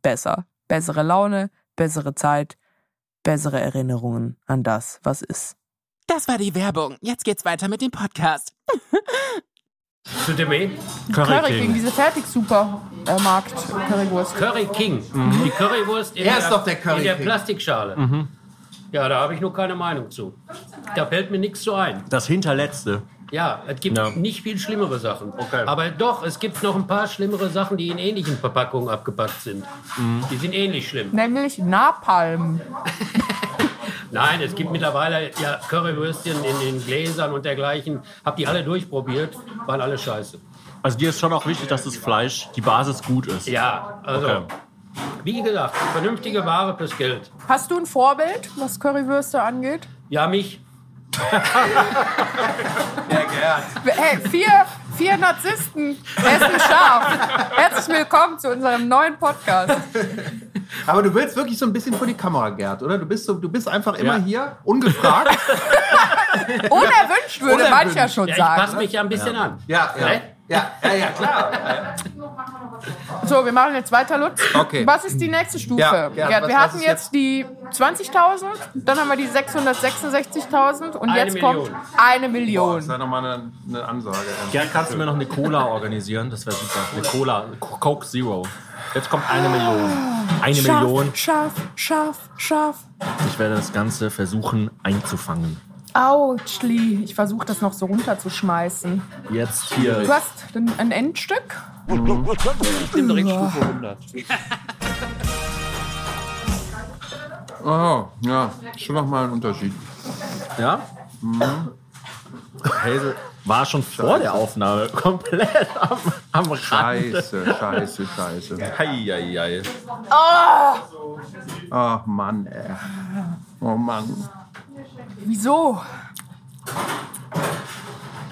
[SPEAKER 2] besser. Bessere Laune, bessere Zeit, bessere Erinnerungen an das, was ist.
[SPEAKER 8] Das war die Werbung. Jetzt geht's weiter mit dem Podcast.
[SPEAKER 6] Zu dem E-
[SPEAKER 1] Curry,
[SPEAKER 2] diese Fertig-Supermarkt äh, Currywurst.
[SPEAKER 6] Curry King. Die Currywurst in,
[SPEAKER 3] Mhm. Er ist
[SPEAKER 6] der,
[SPEAKER 3] doch der Curry
[SPEAKER 6] in der
[SPEAKER 3] King. Mhm.
[SPEAKER 6] Plastikschale. Ja, da habe ich nur keine Meinung zu. Da fällt mir nichts zu ein.
[SPEAKER 1] Das hinterletzte.
[SPEAKER 6] Ja, es gibt
[SPEAKER 1] Ja.
[SPEAKER 6] nicht viel schlimmere Sachen. Aber doch, es gibt noch ein paar schlimmere Sachen, die in ähnlichen Verpackungen abgepackt sind. Die sind ähnlich schlimm.
[SPEAKER 2] Nämlich Napalm.
[SPEAKER 6] Nein, es gibt mittlerweile ja, Currywürstchen in den Gläsern und dergleichen. Hab die alle durchprobiert, waren alle scheiße.
[SPEAKER 1] Also dir ist schon auch wichtig, dass das Fleisch, die Basis gut ist.
[SPEAKER 6] Ja, also,
[SPEAKER 1] Okay.
[SPEAKER 6] wie gesagt, vernünftige Ware fürs Geld.
[SPEAKER 2] Hast du ein Vorbild, was Currywürste angeht?
[SPEAKER 6] Ja, mich.
[SPEAKER 2] Hey, vier, vier Narzissten essen scharf. Herzlich willkommen zu unserem neuen Podcast.
[SPEAKER 3] Aber du willst wirklich so ein bisschen vor die Kamera, Gerd, oder? Du bist, so, du bist einfach immer
[SPEAKER 1] Ja.
[SPEAKER 3] hier, ungefragt.
[SPEAKER 2] Unerwünscht würde
[SPEAKER 3] Unerwünscht.
[SPEAKER 2] mancher schon
[SPEAKER 6] Ja, ich
[SPEAKER 2] sagen.
[SPEAKER 1] ne?
[SPEAKER 6] passe mich ja ein bisschen an.
[SPEAKER 3] Ja, ja.
[SPEAKER 6] Ne?
[SPEAKER 3] Ja, ja, ja, klar.
[SPEAKER 2] So, wir machen jetzt weiter, Lutz.
[SPEAKER 3] Okay.
[SPEAKER 2] Was ist die nächste Stufe?
[SPEAKER 3] Ja, Gerd,
[SPEAKER 2] Gerd,
[SPEAKER 3] was-
[SPEAKER 2] wir
[SPEAKER 3] was
[SPEAKER 2] hatten
[SPEAKER 3] ist
[SPEAKER 2] jetzt die 20.000, dann haben wir die 666.000 und
[SPEAKER 6] Eine
[SPEAKER 2] jetzt kommt
[SPEAKER 6] Million.
[SPEAKER 2] eine
[SPEAKER 3] Das
[SPEAKER 2] Million.
[SPEAKER 3] war nochmal eine, eine Ansage.
[SPEAKER 1] Gern kannst du mir noch eine Cola organisieren, das wäre super. Eine Cola, Co- Coke Zero. Jetzt kommt eine Million. Eine Million.
[SPEAKER 2] Scharf, scharf, scharf.
[SPEAKER 1] Ich werde das Ganze versuchen einzufangen.
[SPEAKER 2] Autschli. Ich versuche das noch so runterzuschmeißen.
[SPEAKER 1] Jetzt
[SPEAKER 2] Du
[SPEAKER 1] hier.
[SPEAKER 2] hast ein ein Endstück?
[SPEAKER 5] Ich nehme direkt Stufe 100.
[SPEAKER 3] Oh, ja, schon nochmal ein Unterschied.
[SPEAKER 1] Ja? Hazel war schon vor der Aufnahme komplett am, am Rand.
[SPEAKER 3] Scheiße, scheiße, scheiße.
[SPEAKER 1] Eieiei.
[SPEAKER 3] Ah! Ach Mann, ey. Oh Mann.
[SPEAKER 2] Wieso?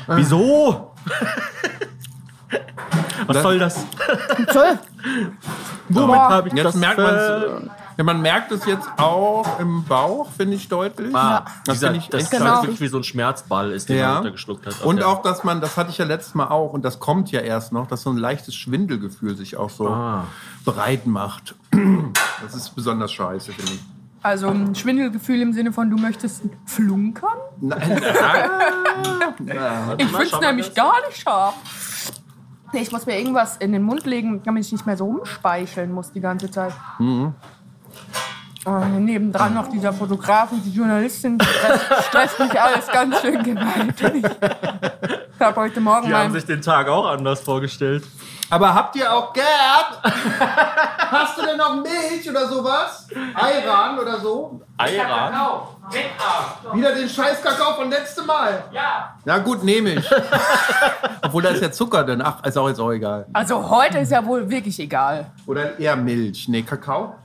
[SPEAKER 1] Wieso? Was soll das?
[SPEAKER 2] Toll.
[SPEAKER 1] Womit habe ich
[SPEAKER 3] Jetzt
[SPEAKER 1] das
[SPEAKER 3] merkt
[SPEAKER 1] ver-
[SPEAKER 3] man es. Man merkt es jetzt auch im Bauch, finde ich deutlich.
[SPEAKER 1] Ah,
[SPEAKER 3] Das
[SPEAKER 1] dieser,
[SPEAKER 3] finde ich
[SPEAKER 1] das
[SPEAKER 3] echt
[SPEAKER 1] ist
[SPEAKER 2] Genau.
[SPEAKER 1] wirklich wie so ein Schmerzball ist, den man
[SPEAKER 3] Ja.
[SPEAKER 1] runtergeschluckt hat.
[SPEAKER 3] Und
[SPEAKER 1] Okay.
[SPEAKER 3] auch, dass man, das hatte ich ja letztes Mal auch, und das kommt ja erst noch, dass so ein leichtes Schwindelgefühl sich auch so
[SPEAKER 1] Ah.
[SPEAKER 3] breit macht. Das ist besonders scheiße, finde ich.
[SPEAKER 2] Also ein Schwindelgefühl im Sinne von, du möchtest flunkern?
[SPEAKER 3] Nein, ja,
[SPEAKER 2] Ich find's nämlich gar nicht scharf. Nee, ich muss mir irgendwas in den Mund legen, damit ich nicht mehr so rumspeicheln muss die ganze Zeit.
[SPEAKER 1] Mhm.
[SPEAKER 2] Oh, nebendran noch dieser Fotograf und die Journalistin. Das stresst mich alles ganz schön gewaltig. Ich habe heute Morgen
[SPEAKER 1] Die haben
[SPEAKER 2] mein...
[SPEAKER 1] sich den Tag auch anders vorgestellt.
[SPEAKER 3] aber habt ihr auch Gerd? Hast du denn noch Milch oder sowas? Ayran oder so?
[SPEAKER 1] Ayran?
[SPEAKER 3] Wieder den scheiß Kakao von letztem Mal. Ja. Na gut, nehme ich. Obwohl da ist ja Zucker drin. Ach, ist auch jetzt auch egal.
[SPEAKER 2] Also heute ist ja wohl wirklich egal.
[SPEAKER 3] Oder eher Milch. Nee, Kakao.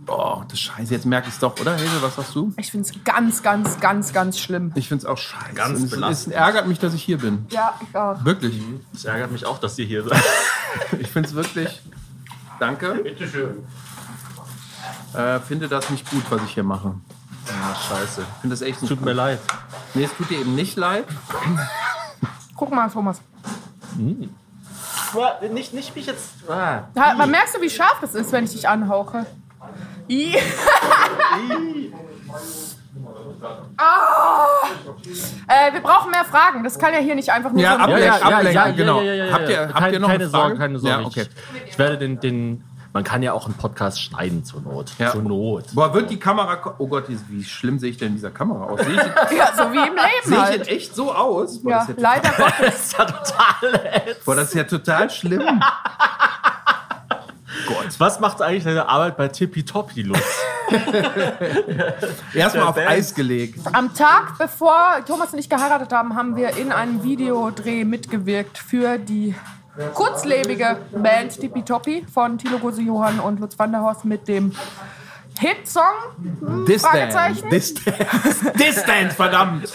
[SPEAKER 3] Boah, das Scheiße, jetzt merke ich es doch, oder? Hazel, was sagst du?
[SPEAKER 2] Ich find's ganz, ganz, ganz, ganz schlimm.
[SPEAKER 3] Ich finde es auch scheiße.
[SPEAKER 1] Ganz
[SPEAKER 3] Und es, es
[SPEAKER 1] belastend. Mhm.
[SPEAKER 3] ärgert mich, dass ich hier bin.
[SPEAKER 2] Ja, ich auch.
[SPEAKER 3] Wirklich.
[SPEAKER 1] Das ärgert mich auch, dass ihr hier seid.
[SPEAKER 3] Ich finde es wirklich. Danke.
[SPEAKER 6] Bitteschön.
[SPEAKER 3] Äh, finde das nicht gut, was ich hier mache.
[SPEAKER 1] Ah, scheiße.
[SPEAKER 3] Ich finde das echt nicht
[SPEAKER 1] Tut
[SPEAKER 3] gut.
[SPEAKER 1] mir leid.
[SPEAKER 3] Nee, es tut dir eben nicht leid.
[SPEAKER 2] Guck mal, Thomas.
[SPEAKER 1] Nicht, nicht mich jetzt. Ah.
[SPEAKER 2] Da, man merkst du, wie scharf das ist, wenn ich dich anhauche? I. Ah. Äh, wir brauchen mehr Fragen. Das kann ja hier nicht einfach nur so eine-
[SPEAKER 1] ja, ja,
[SPEAKER 3] Ablenken,
[SPEAKER 1] ja, ja,
[SPEAKER 3] genau.
[SPEAKER 1] ja, ja, ja,
[SPEAKER 3] Habt
[SPEAKER 1] ja.
[SPEAKER 3] ihr, habt
[SPEAKER 1] Keine-
[SPEAKER 3] ihr noch
[SPEAKER 1] keine
[SPEAKER 3] eine Frage?
[SPEAKER 1] Sorge, keine Sorge.
[SPEAKER 3] Ja, okay.
[SPEAKER 1] Ich, ich werde den, den. Man kann ja auch einen Podcast schneiden zur Not.
[SPEAKER 3] Ja.
[SPEAKER 1] Zur Not.
[SPEAKER 3] Boah, wird die Kamera. ko- Oh Gott, die- wie schlimm sehe ich denn in dieser Kamera aus? Sehe ich, sehe
[SPEAKER 2] ja, so wie im Leben
[SPEAKER 3] ich denn
[SPEAKER 2] halt.
[SPEAKER 3] echt so aus? Boah,
[SPEAKER 2] Ja,
[SPEAKER 3] das, ist ja,
[SPEAKER 2] leider Gottes.
[SPEAKER 1] Das ist ja total.
[SPEAKER 3] boah, das ist ja total schlimm.
[SPEAKER 1] Was macht eigentlich deine Arbeit bei Tippitoppi los?
[SPEAKER 3] Erstmal auf
[SPEAKER 1] Band.
[SPEAKER 3] Eis gelegt.
[SPEAKER 2] Am Tag, bevor Thomas und ich geheiratet haben, haben wir in einem Videodreh mitgewirkt für die kurzlebige Band Tippy Toppi von Thilo Gose Johann und Lutz van der Horst mit dem Hitsong.
[SPEAKER 3] Distance.
[SPEAKER 2] Fragezeichen?
[SPEAKER 3] Distance. Distance, verdammt.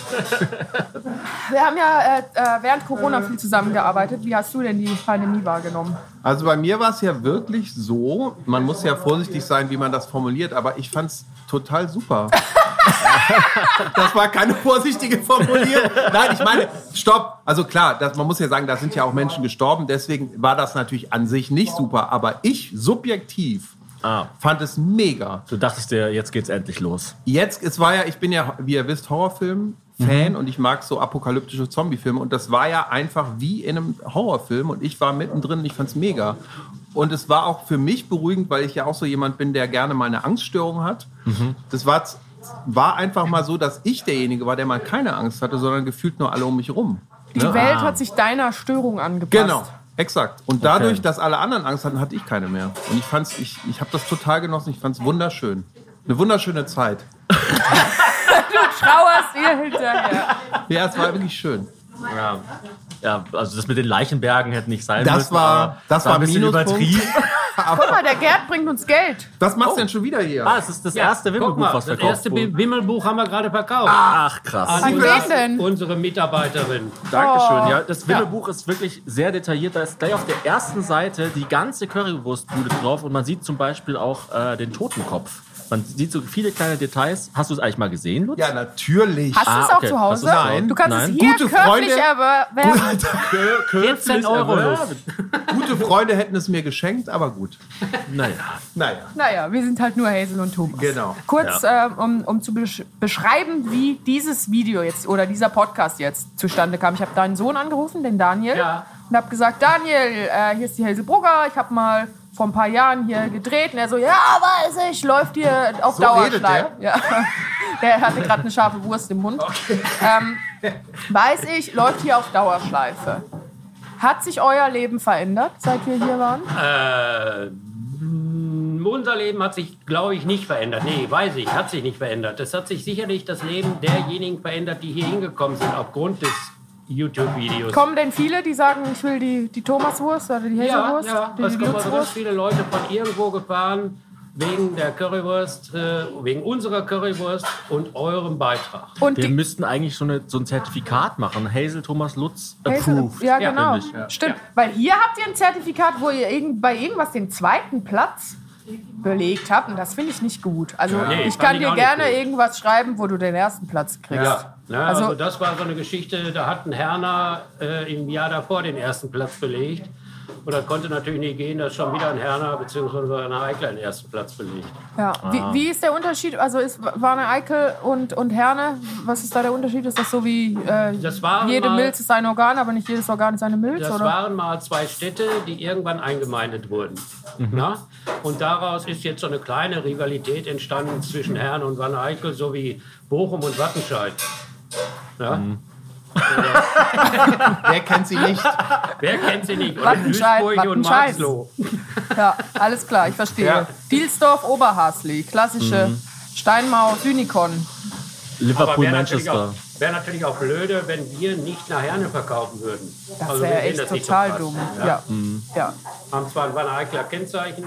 [SPEAKER 2] Wir haben ja äh, äh, während Corona viel zusammengearbeitet. Wie hast du denn die Pandemie wahrgenommen?
[SPEAKER 3] Also bei mir war es ja wirklich so, man muss ja vorsichtig sein, wie man das formuliert, aber ich fand es total super. das war keine vorsichtige Formulierung. Nein, ich meine, stopp. Also klar, das, man muss ja sagen, da sind ja auch Menschen gestorben, deswegen war das natürlich an sich nicht super, aber ich subjektiv
[SPEAKER 1] Ah.
[SPEAKER 3] fand es mega.
[SPEAKER 1] Du dachtest dir, jetzt geht's endlich los.
[SPEAKER 3] Jetzt, es war ja, ich bin ja, wie ihr wisst, Horrorfilm-Fan und ich mag so apokalyptische Zombie-Filme und das war ja einfach wie in einem Horrorfilm und ich war mittendrin und ich fand's mega. Und es war auch für mich beruhigend, weil ich ja auch so jemand bin, der gerne mal eine Angststörung hat. Das war, war einfach mal so, dass ich derjenige war, der mal keine Angst hatte, sondern gefühlt nur alle um mich rum.
[SPEAKER 2] Die Welt hat sich deiner Störung angepasst.
[SPEAKER 3] Genau, exakt. Und dadurch, dass alle anderen Angst hatten, hatte ich keine mehr. Und ich fand's, ich, ich habe das total genossen, ich fand's wunderschön. Eine wunderschöne Zeit.
[SPEAKER 2] Du trauerst ihr hinterher.
[SPEAKER 3] Ja, es war wirklich schön.
[SPEAKER 1] Ja. ja, also das mit den Leichenbergen hätte nicht sein
[SPEAKER 3] Das
[SPEAKER 1] müssen.
[SPEAKER 3] war-
[SPEAKER 1] aber
[SPEAKER 3] das war
[SPEAKER 1] ein bisschen
[SPEAKER 3] Minuspunkt.
[SPEAKER 1] übertrieben.
[SPEAKER 2] Guck mal, der Gerd bringt uns Geld.
[SPEAKER 3] Was machst du denn schon wieder hier?
[SPEAKER 1] Ah, es ist das erste
[SPEAKER 6] Guck
[SPEAKER 1] Wimmelbuch,
[SPEAKER 6] mal,
[SPEAKER 1] was
[SPEAKER 6] das
[SPEAKER 1] verkauft Ah,
[SPEAKER 6] erste
[SPEAKER 1] wurde.
[SPEAKER 6] Bim- Wimmelbuch haben wir gerade verkauft.
[SPEAKER 1] Ach, krass.
[SPEAKER 2] An
[SPEAKER 6] unsere-
[SPEAKER 2] wen denn?
[SPEAKER 6] Unsere Mitarbeiterin.
[SPEAKER 2] Oh.
[SPEAKER 1] Dankeschön. Ja, das Wimmelbuch ist wirklich sehr detailliert. Da ist gleich auf der ersten Seite die ganze Currywurstbude drauf und man sieht zum Beispiel auch äh, den Totenkopf. Man sieht so viele kleine Details. Hast du es eigentlich mal gesehen, Lutz?
[SPEAKER 3] Ja, natürlich.
[SPEAKER 2] Hast du es
[SPEAKER 1] Ah,
[SPEAKER 2] auch
[SPEAKER 1] okay.
[SPEAKER 2] zu Hause?
[SPEAKER 1] Hast du's auch?
[SPEAKER 2] Du kannst
[SPEAKER 1] Nein.
[SPEAKER 2] es hier
[SPEAKER 3] Gute
[SPEAKER 2] körperlich
[SPEAKER 3] Freunde-
[SPEAKER 2] erwerben.
[SPEAKER 1] Kö-
[SPEAKER 6] 14 Euro.
[SPEAKER 3] Gute Freunde hätten es mir geschenkt, aber gut.
[SPEAKER 1] Naja.
[SPEAKER 3] Naja.
[SPEAKER 2] Naja, wir sind halt nur Hazel und Thomas.
[SPEAKER 3] Genau.
[SPEAKER 2] Kurz, ähm, um, um zu besch beschreiben, wie dieses Video jetzt oder dieser Podcast jetzt zustande kam. Ich habe deinen Sohn angerufen, den Daniel,
[SPEAKER 6] Ja.
[SPEAKER 2] und habe gesagt, Daniel, äh, hier ist die Hazel Brugger. Ich habe mal vor ein paar Jahren hier gedreht. Und er so, ja, weiß ich, läuft hier auf
[SPEAKER 3] So
[SPEAKER 2] Dauerschleife.
[SPEAKER 3] redet
[SPEAKER 2] Ja. der hatte gerade eine scharfe Wurst im Mund. Ähm, weiß ich, läuft hier auf Dauerschleife. Hat sich euer Leben verändert, seit wir hier waren?
[SPEAKER 6] Äh, mh, unser Leben hat sich, glaube ich, nicht verändert. Nee, weiß ich, hat sich nicht verändert. Es hat sich sicherlich das Leben derjenigen verändert, die hier hingekommen sind, aufgrund des YouTube-Videos.
[SPEAKER 2] Kommen denn viele, die sagen, ich will die, die Thomaswurst oder die
[SPEAKER 6] ja,
[SPEAKER 2] Hazelwurst?
[SPEAKER 6] ja.
[SPEAKER 2] die
[SPEAKER 6] Es kommen also ganz
[SPEAKER 2] Lutzwurst?
[SPEAKER 6] viele Leute von irgendwo gefahren, wegen der Currywurst, äh, wegen unserer Currywurst und eurem Beitrag.
[SPEAKER 2] Und
[SPEAKER 1] Wir
[SPEAKER 2] die
[SPEAKER 1] müssten eigentlich so, eine, so ein Zertifikat machen. Hazel Thomas Lutz
[SPEAKER 2] Hazel,
[SPEAKER 1] approved.
[SPEAKER 2] ja, genau.
[SPEAKER 1] Finde ich.
[SPEAKER 2] Stimmt. Weil hier habt ihr ein Zertifikat, wo ihr irgend, bei irgendwas den zweiten Platz belegt habt. Und das finde ich nicht gut. Also
[SPEAKER 6] Nee,
[SPEAKER 2] ich
[SPEAKER 6] fand
[SPEAKER 2] kann
[SPEAKER 6] ich
[SPEAKER 2] dir
[SPEAKER 6] auch nicht
[SPEAKER 2] gerne
[SPEAKER 6] gut.
[SPEAKER 2] irgendwas schreiben, wo du den ersten Platz kriegst.
[SPEAKER 3] Ja.
[SPEAKER 6] Na,
[SPEAKER 2] Also-
[SPEAKER 6] also, das war so eine Geschichte, da hat ein Herner äh, im Jahr davor den ersten Platz belegt. Und das konnte natürlich nicht gehen, dass schon wieder ein Herner bzw. eine Heikler den ersten Platz belegt.
[SPEAKER 2] Ja. Wie, wie ist der Unterschied? Also ist Warne Eikel und, und Herne, was ist da der Unterschied? Ist das so wie äh,
[SPEAKER 6] Das waren
[SPEAKER 2] jede
[SPEAKER 6] mal-
[SPEAKER 2] Milz ist ein Organ, aber nicht jedes Organ ist eine Milz?
[SPEAKER 6] Das
[SPEAKER 2] Oder?
[SPEAKER 6] waren mal zwei Städte, die irgendwann eingemeindet wurden. Na? Und daraus ist jetzt so eine kleine Rivalität entstanden zwischen Herrn und Wanne Eickel sowie Bochum und Wattenscheid. Ja?
[SPEAKER 3] Wer kennt sie nicht?
[SPEAKER 6] Wer kennt sie nicht?
[SPEAKER 2] Wattenscheid,
[SPEAKER 6] Duisburg und
[SPEAKER 2] Wattenscheid.
[SPEAKER 6] Marzloh.
[SPEAKER 2] Ja, alles klar, ich verstehe.
[SPEAKER 3] Ja.
[SPEAKER 2] Dielsdorf, Oberhasli, klassische Steinmau, Unicorn.
[SPEAKER 6] Aber
[SPEAKER 1] Liverpool,
[SPEAKER 6] wäre natürlich,
[SPEAKER 1] Manchester.
[SPEAKER 6] auch- wär natürlich auch blöde, wenn wir nicht nach Herne verkaufen würden.
[SPEAKER 2] Das
[SPEAKER 6] Also wir
[SPEAKER 2] wäre
[SPEAKER 6] sehen
[SPEAKER 2] echt
[SPEAKER 6] das nicht so
[SPEAKER 2] total
[SPEAKER 6] krass.
[SPEAKER 2] dumm. Ja. Ja.
[SPEAKER 6] Haben zwar ein Wanne Eickler Kennzeichen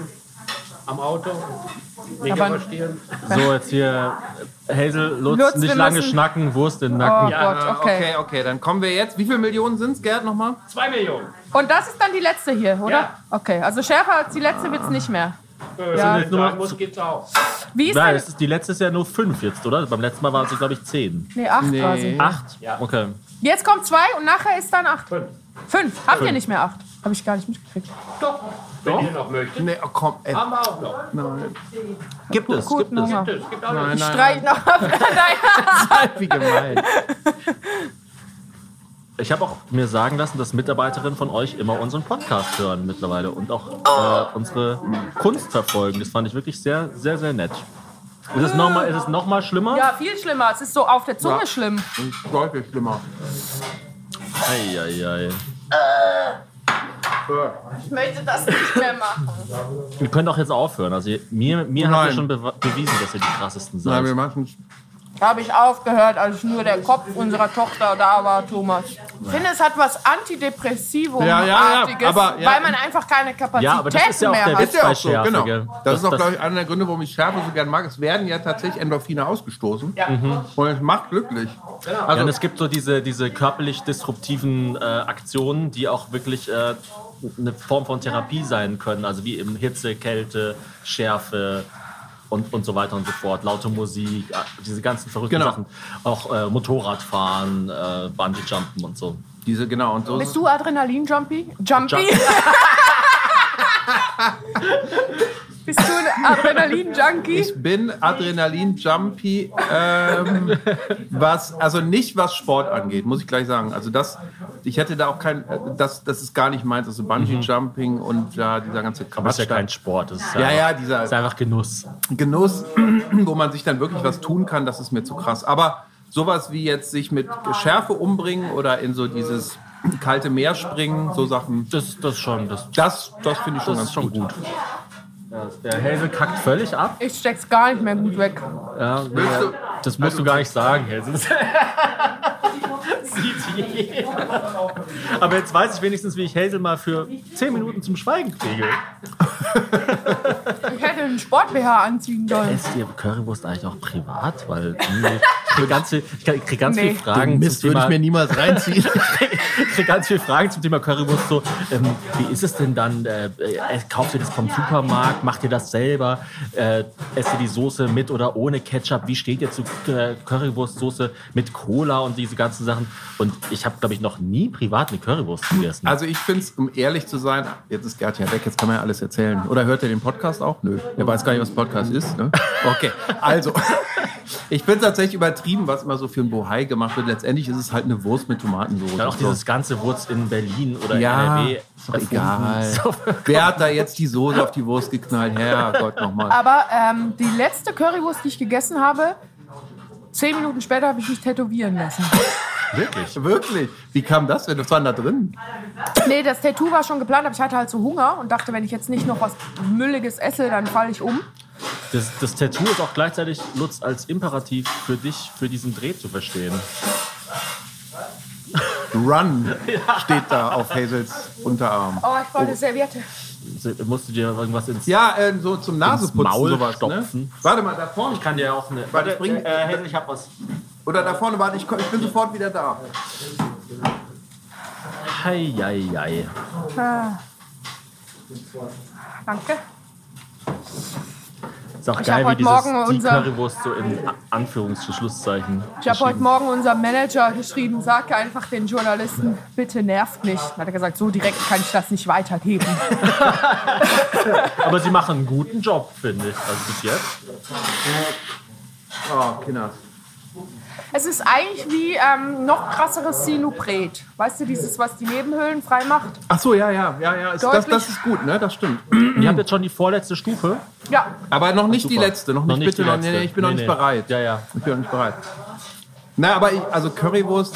[SPEAKER 6] am Auto, nicht
[SPEAKER 2] Aber-
[SPEAKER 6] überstehen.
[SPEAKER 1] So, jetzt hier äh, Hazel Lutz,
[SPEAKER 2] Lutz, wir
[SPEAKER 1] nicht lange
[SPEAKER 2] müssen-
[SPEAKER 1] schnacken, Wurst in den
[SPEAKER 2] Oh
[SPEAKER 1] Nacken.
[SPEAKER 6] Ja,
[SPEAKER 2] Gott, okay.
[SPEAKER 3] Okay, okay, dann kommen wir jetzt. Wie viele Millionen sind es, Gerd, nochmal?
[SPEAKER 6] Zwei Millionen.
[SPEAKER 2] Und das ist dann die letzte hier, oder?
[SPEAKER 6] Ja.
[SPEAKER 2] Okay, also schärfer als die letzte wird es nicht mehr.
[SPEAKER 6] Äh,
[SPEAKER 2] Ja.
[SPEAKER 6] wenn ich sagen muss, geht's auch.
[SPEAKER 2] Wie ist
[SPEAKER 1] Ja,
[SPEAKER 2] denn.
[SPEAKER 1] es ist die letzte ist ja nur fünf jetzt, oder? Beim letzten Mal waren es, glaube ich, zehn.
[SPEAKER 2] Nee, acht quasi.
[SPEAKER 1] Acht? Okay.
[SPEAKER 2] Jetzt kommt zwei und nachher ist dann acht.
[SPEAKER 6] Fünf.
[SPEAKER 2] Fünf. Habt ihr nicht mehr acht? Habe ich gar nicht mitgekriegt.
[SPEAKER 6] Doch, wenn ihr noch möchtet.
[SPEAKER 3] Nee, oh, komm, ey.
[SPEAKER 6] Haben wir auch ne? noch.
[SPEAKER 1] Gibt es,
[SPEAKER 2] Gut,
[SPEAKER 1] gibt es.
[SPEAKER 2] nochmal.
[SPEAKER 6] Es gibt auch noch.
[SPEAKER 3] Nein, nein,
[SPEAKER 2] Streich noch ab.
[SPEAKER 3] wie gemein.
[SPEAKER 1] Ich habe auch mir sagen lassen, dass Mitarbeiterinnen von euch immer unseren Podcast hören mittlerweile und auch äh, unsere Kunst verfolgen. Das fand ich wirklich sehr, sehr, sehr nett. Ist es nochmal noch mal schlimmer?
[SPEAKER 2] Ja, viel schlimmer. Es ist so auf der Zunge
[SPEAKER 3] Ja.
[SPEAKER 2] schlimm.
[SPEAKER 3] Deutlich schlimmer.
[SPEAKER 1] Ei, ei, ei.
[SPEAKER 2] Ich möchte das nicht mehr machen.
[SPEAKER 1] Ihr könnt auch jetzt aufhören. Also ihr- mir, mir habt ihr
[SPEAKER 3] Nein.
[SPEAKER 1] schon bewa- bewiesen, dass ihr die krassesten seid.
[SPEAKER 3] Nein, wir machen
[SPEAKER 2] habe ich aufgehört, als nur der Kopf unserer Tochter da war, Thomas. Ich finde, es hat was
[SPEAKER 3] Ja, ja,
[SPEAKER 2] Antidepressivum-artiges,
[SPEAKER 3] ja, aber, ja.
[SPEAKER 2] weil man einfach keine Kapazitäten
[SPEAKER 1] Ja, aber das ist ja auch
[SPEAKER 2] mehr
[SPEAKER 1] der
[SPEAKER 2] hat.
[SPEAKER 1] Witz.
[SPEAKER 3] Ist ja
[SPEAKER 1] bei
[SPEAKER 3] auch so,
[SPEAKER 1] Schärfe,
[SPEAKER 3] genau.
[SPEAKER 1] gell?
[SPEAKER 3] Das,
[SPEAKER 1] Das-
[SPEAKER 3] ist auch,
[SPEAKER 1] das-
[SPEAKER 3] glaube ich, einer der Gründe, warum ich Schärfe so gern mag. Es werden ja tatsächlich Endorphine ausgestoßen. Und es macht glücklich.
[SPEAKER 1] ja, und es gibt so diese, diese körperlich disruptiven äh, Aktionen, die auch wirklich äh, eine Form von Therapie sein können. Also wie eben Hitze, Kälte, Schärfe und, und so weiter und so fort. Laute Musik, äh, diese ganzen verrückten
[SPEAKER 3] Genau.
[SPEAKER 1] Sachen. Auch äh, Motorradfahren, äh, Bungee-Jumpen und so.
[SPEAKER 3] Diese, genau. Und so ist
[SPEAKER 2] Bist du Adrenalin-Jumpy?
[SPEAKER 1] Jump-
[SPEAKER 2] Jumpy? Bist du ein Adrenalin-Junkie?
[SPEAKER 3] Ich bin Adrenalin-Jumpy, ähm, was, also nicht was Sport angeht, muss ich gleich sagen. Also das, ich hätte da auch kein, äh, das, das ist gar nicht meins, also Bungee-Jumping und ja, dieser ganze
[SPEAKER 1] Mhm. Aber es
[SPEAKER 3] Quatsch.
[SPEAKER 1] ist ja kein Sport, es ist ja,
[SPEAKER 3] ja, ja,
[SPEAKER 1] Es ist
[SPEAKER 3] dieser
[SPEAKER 1] einfach Genuss.
[SPEAKER 3] Genuss, wo man sich dann wirklich was tun kann, das ist mir zu krass. Aber sowas wie jetzt sich mit Schärfe umbringen oder in so dieses kalte Meer springen, so Sachen,
[SPEAKER 1] Das, das schon, das,
[SPEAKER 3] das, das finde ich schon
[SPEAKER 1] das
[SPEAKER 3] ganz
[SPEAKER 1] ist schon
[SPEAKER 3] gut.
[SPEAKER 1] gut. Ja, Der Hazel kackt völlig ab.
[SPEAKER 2] Ich steck's gar nicht mehr gut weg.
[SPEAKER 1] Ja,
[SPEAKER 3] Willst du-
[SPEAKER 1] das musst du gar nicht sagen, Hazel. Aber jetzt weiß ich wenigstens, wie ich Hazel mal für 10 Minuten zum Schweigen kriege.
[SPEAKER 2] Ich hätte einen Sport-BH anziehen sollen.
[SPEAKER 1] Esst ihr Currywurst eigentlich auch privat? Weil krieg ganz viel, ich krieg ganz
[SPEAKER 2] Nee.
[SPEAKER 1] viele Fragen
[SPEAKER 9] Mist
[SPEAKER 1] zum
[SPEAKER 9] würde ich
[SPEAKER 1] Thema.
[SPEAKER 9] mir niemals reinziehen.
[SPEAKER 1] Ich krieg ganz viele Fragen zum Thema Currywurst. So, ähm, wie ist es denn dann? Äh, äh, kauft ihr das vom Supermarkt? Macht ihr das selber? Äh, esst ihr die Soße mit oder ohne Ketchup? Wie steht ihr zu äh, Currywurstsoße mit Cola und diese ganzen Sachen? Und ich habe, glaube ich, noch nie privat eine Currywurst gegessen.
[SPEAKER 3] Also ich finde es, um ehrlich zu sein, jetzt ist Gerd ja weg, jetzt kann man ja alles erzählen. Oder hört er den Podcast auch? Nö, der weiß gar nicht, was Podcast ist. Ne? Okay, also ich bin tatsächlich übertrieben, was immer so für ein Bohai gemacht wird. Letztendlich ist es halt eine Wurst mit Tomatensoße.
[SPEAKER 1] Dann auch dieses ganze Wurz in Berlin oder
[SPEAKER 3] ja,
[SPEAKER 1] NRW.
[SPEAKER 3] ist doch egal. Wer hat da jetzt die Soße auf die Wurst geknallt? Herrgott nochmal.
[SPEAKER 2] Aber ähm, die letzte Currywurst, die ich gegessen habe, zehn Minuten später habe ich mich tätowieren lassen.
[SPEAKER 3] Wirklich? Wirklich? Wie kam das denn? Was war denn da drin?
[SPEAKER 2] Nee, das Tattoo war schon geplant, aber ich hatte halt so Hunger und dachte, wenn ich jetzt nicht noch was Mülliges esse, dann falle ich um.
[SPEAKER 1] Das, das Tattoo ist auch gleichzeitig, Lutz, als Imperativ für dich, für diesen Dreh zu verstehen.
[SPEAKER 3] Run steht da auf Hazels Unterarm.
[SPEAKER 2] Oh, ich brauche eine Serviette.
[SPEAKER 1] Musst du dir irgendwas ins...
[SPEAKER 3] Ja, äh, so zum Nasenputzen
[SPEAKER 1] Maul
[SPEAKER 3] sowas. Ne?
[SPEAKER 1] stopfen.
[SPEAKER 3] Warte mal, da vorne
[SPEAKER 1] Ich kann dir auch eine...
[SPEAKER 3] Warte, ich bring-
[SPEAKER 1] Hazel, ich hab was.
[SPEAKER 3] Oder da vorne, warte, ich, komm- ich bin sofort wieder da.
[SPEAKER 1] Hei, hei, hei.
[SPEAKER 2] Danke.
[SPEAKER 1] Ist auch
[SPEAKER 2] Ich
[SPEAKER 1] geil, wie
[SPEAKER 2] hab heute
[SPEAKER 1] dieses,
[SPEAKER 2] Morgen
[SPEAKER 1] die
[SPEAKER 2] unser-
[SPEAKER 1] Currywurst so in A- Anführungsschlusszeichen
[SPEAKER 2] Ich habe heute Morgen unserem Manager geschrieben, sag einfach den Journalisten, bitte nervt nicht. Dann hat er gesagt, so direkt kann ich das nicht weitergeben.
[SPEAKER 1] Aber sie machen einen guten Job, finde ich. Also bis jetzt.
[SPEAKER 3] Oh, Kinder.
[SPEAKER 2] Es ist eigentlich wie ähm, noch krasseres Sinupret. Weißt du, dieses, was die Nebenhöhlen frei macht?
[SPEAKER 3] Ach so, ja, ja, ja, ja. Ist, das,
[SPEAKER 2] Deutlich.
[SPEAKER 3] das ist gut, ne? Das stimmt.
[SPEAKER 1] Ihr habt jetzt schon die vorletzte Stufe.
[SPEAKER 2] Ja,
[SPEAKER 3] Aber noch nicht die
[SPEAKER 1] Super.
[SPEAKER 3] letzte, noch nicht, bitte.
[SPEAKER 1] die
[SPEAKER 3] Noch, nee,
[SPEAKER 1] letzte.
[SPEAKER 3] nee, ich bin noch
[SPEAKER 1] Nee,
[SPEAKER 3] nicht
[SPEAKER 1] nee.
[SPEAKER 3] bereit.
[SPEAKER 1] Ja, ja.
[SPEAKER 3] Ich bin noch nicht bereit. Na, aber ich, also Currywurst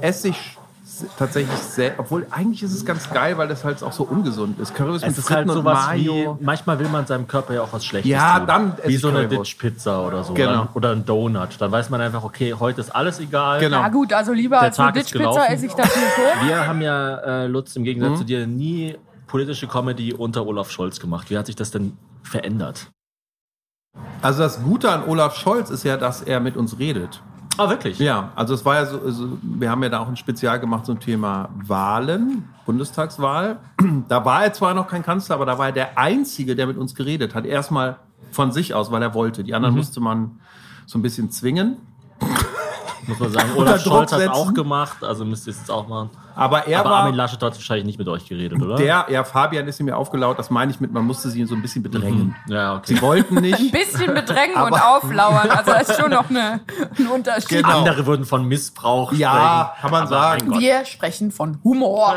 [SPEAKER 3] äh, esse ich s- tatsächlich sehr, obwohl eigentlich ist es ganz geil, weil das halt auch so ungesund ist. Currywurst
[SPEAKER 1] Es
[SPEAKER 3] mit
[SPEAKER 1] ist
[SPEAKER 3] Fritten
[SPEAKER 1] halt
[SPEAKER 3] und
[SPEAKER 1] sowas
[SPEAKER 3] Mayo.
[SPEAKER 1] wie, manchmal will man seinem Körper ja auch was Schlechtes
[SPEAKER 3] Ja,
[SPEAKER 1] tun.
[SPEAKER 3] dann esse
[SPEAKER 1] Wie
[SPEAKER 3] ich
[SPEAKER 1] so eine
[SPEAKER 3] Currywurst.
[SPEAKER 1] Ditch-Pizza oder so.
[SPEAKER 3] Genau.
[SPEAKER 1] Dann, oder ein Donut. Dann weiß man einfach, okay, heute ist alles egal.
[SPEAKER 3] Genau.
[SPEAKER 2] na gut, also lieber als eine
[SPEAKER 1] Tag ist
[SPEAKER 2] Ditch-Pizza
[SPEAKER 1] gelaufen.
[SPEAKER 2] esse ich das nicht so.
[SPEAKER 1] Wir haben ja, äh, Lutz, im
[SPEAKER 3] Mhm.
[SPEAKER 1] Gegensatz zu dir, nie politische Comedy unter Olaf Scholz gemacht. Wie hat sich das denn verändert?
[SPEAKER 3] Also das Gute an Olaf Scholz ist ja, dass er mit uns redet.
[SPEAKER 1] Ah, wirklich?
[SPEAKER 3] Ja, also es war ja so, also wir haben ja da auch ein Spezial gemacht zum Thema Wahlen, Bundestagswahl. Da war er zwar noch kein Kanzler, aber da war er der Einzige, der mit uns geredet hat. Erstmal von sich aus, weil er wollte. Die
[SPEAKER 1] Mhm.
[SPEAKER 3] anderen musste man so ein bisschen zwingen.
[SPEAKER 1] Muss man sagen, Olaf
[SPEAKER 3] Unter Druck
[SPEAKER 1] Scholz hat
[SPEAKER 3] setzen.
[SPEAKER 1] auch gemacht, also müsst ihr es jetzt auch machen.
[SPEAKER 3] Aber er
[SPEAKER 1] Aber Armin
[SPEAKER 3] war
[SPEAKER 1] Laschet hat wahrscheinlich nicht mit euch geredet, oder?
[SPEAKER 3] der, ja, Fabian ist ihm ja aufgelaut, das meine ich mit, man musste sie so ein bisschen bedrängen.
[SPEAKER 1] Ja, okay.
[SPEAKER 3] Sie wollten nicht.
[SPEAKER 2] bisschen bedrängen und auflauern. Also das ist schon noch eine, ein Unterschied.
[SPEAKER 3] Genau.
[SPEAKER 1] Andere würden von Missbrauch
[SPEAKER 3] Ja, kann man sagen.
[SPEAKER 1] mein Gott.
[SPEAKER 2] Wir sprechen von Humor.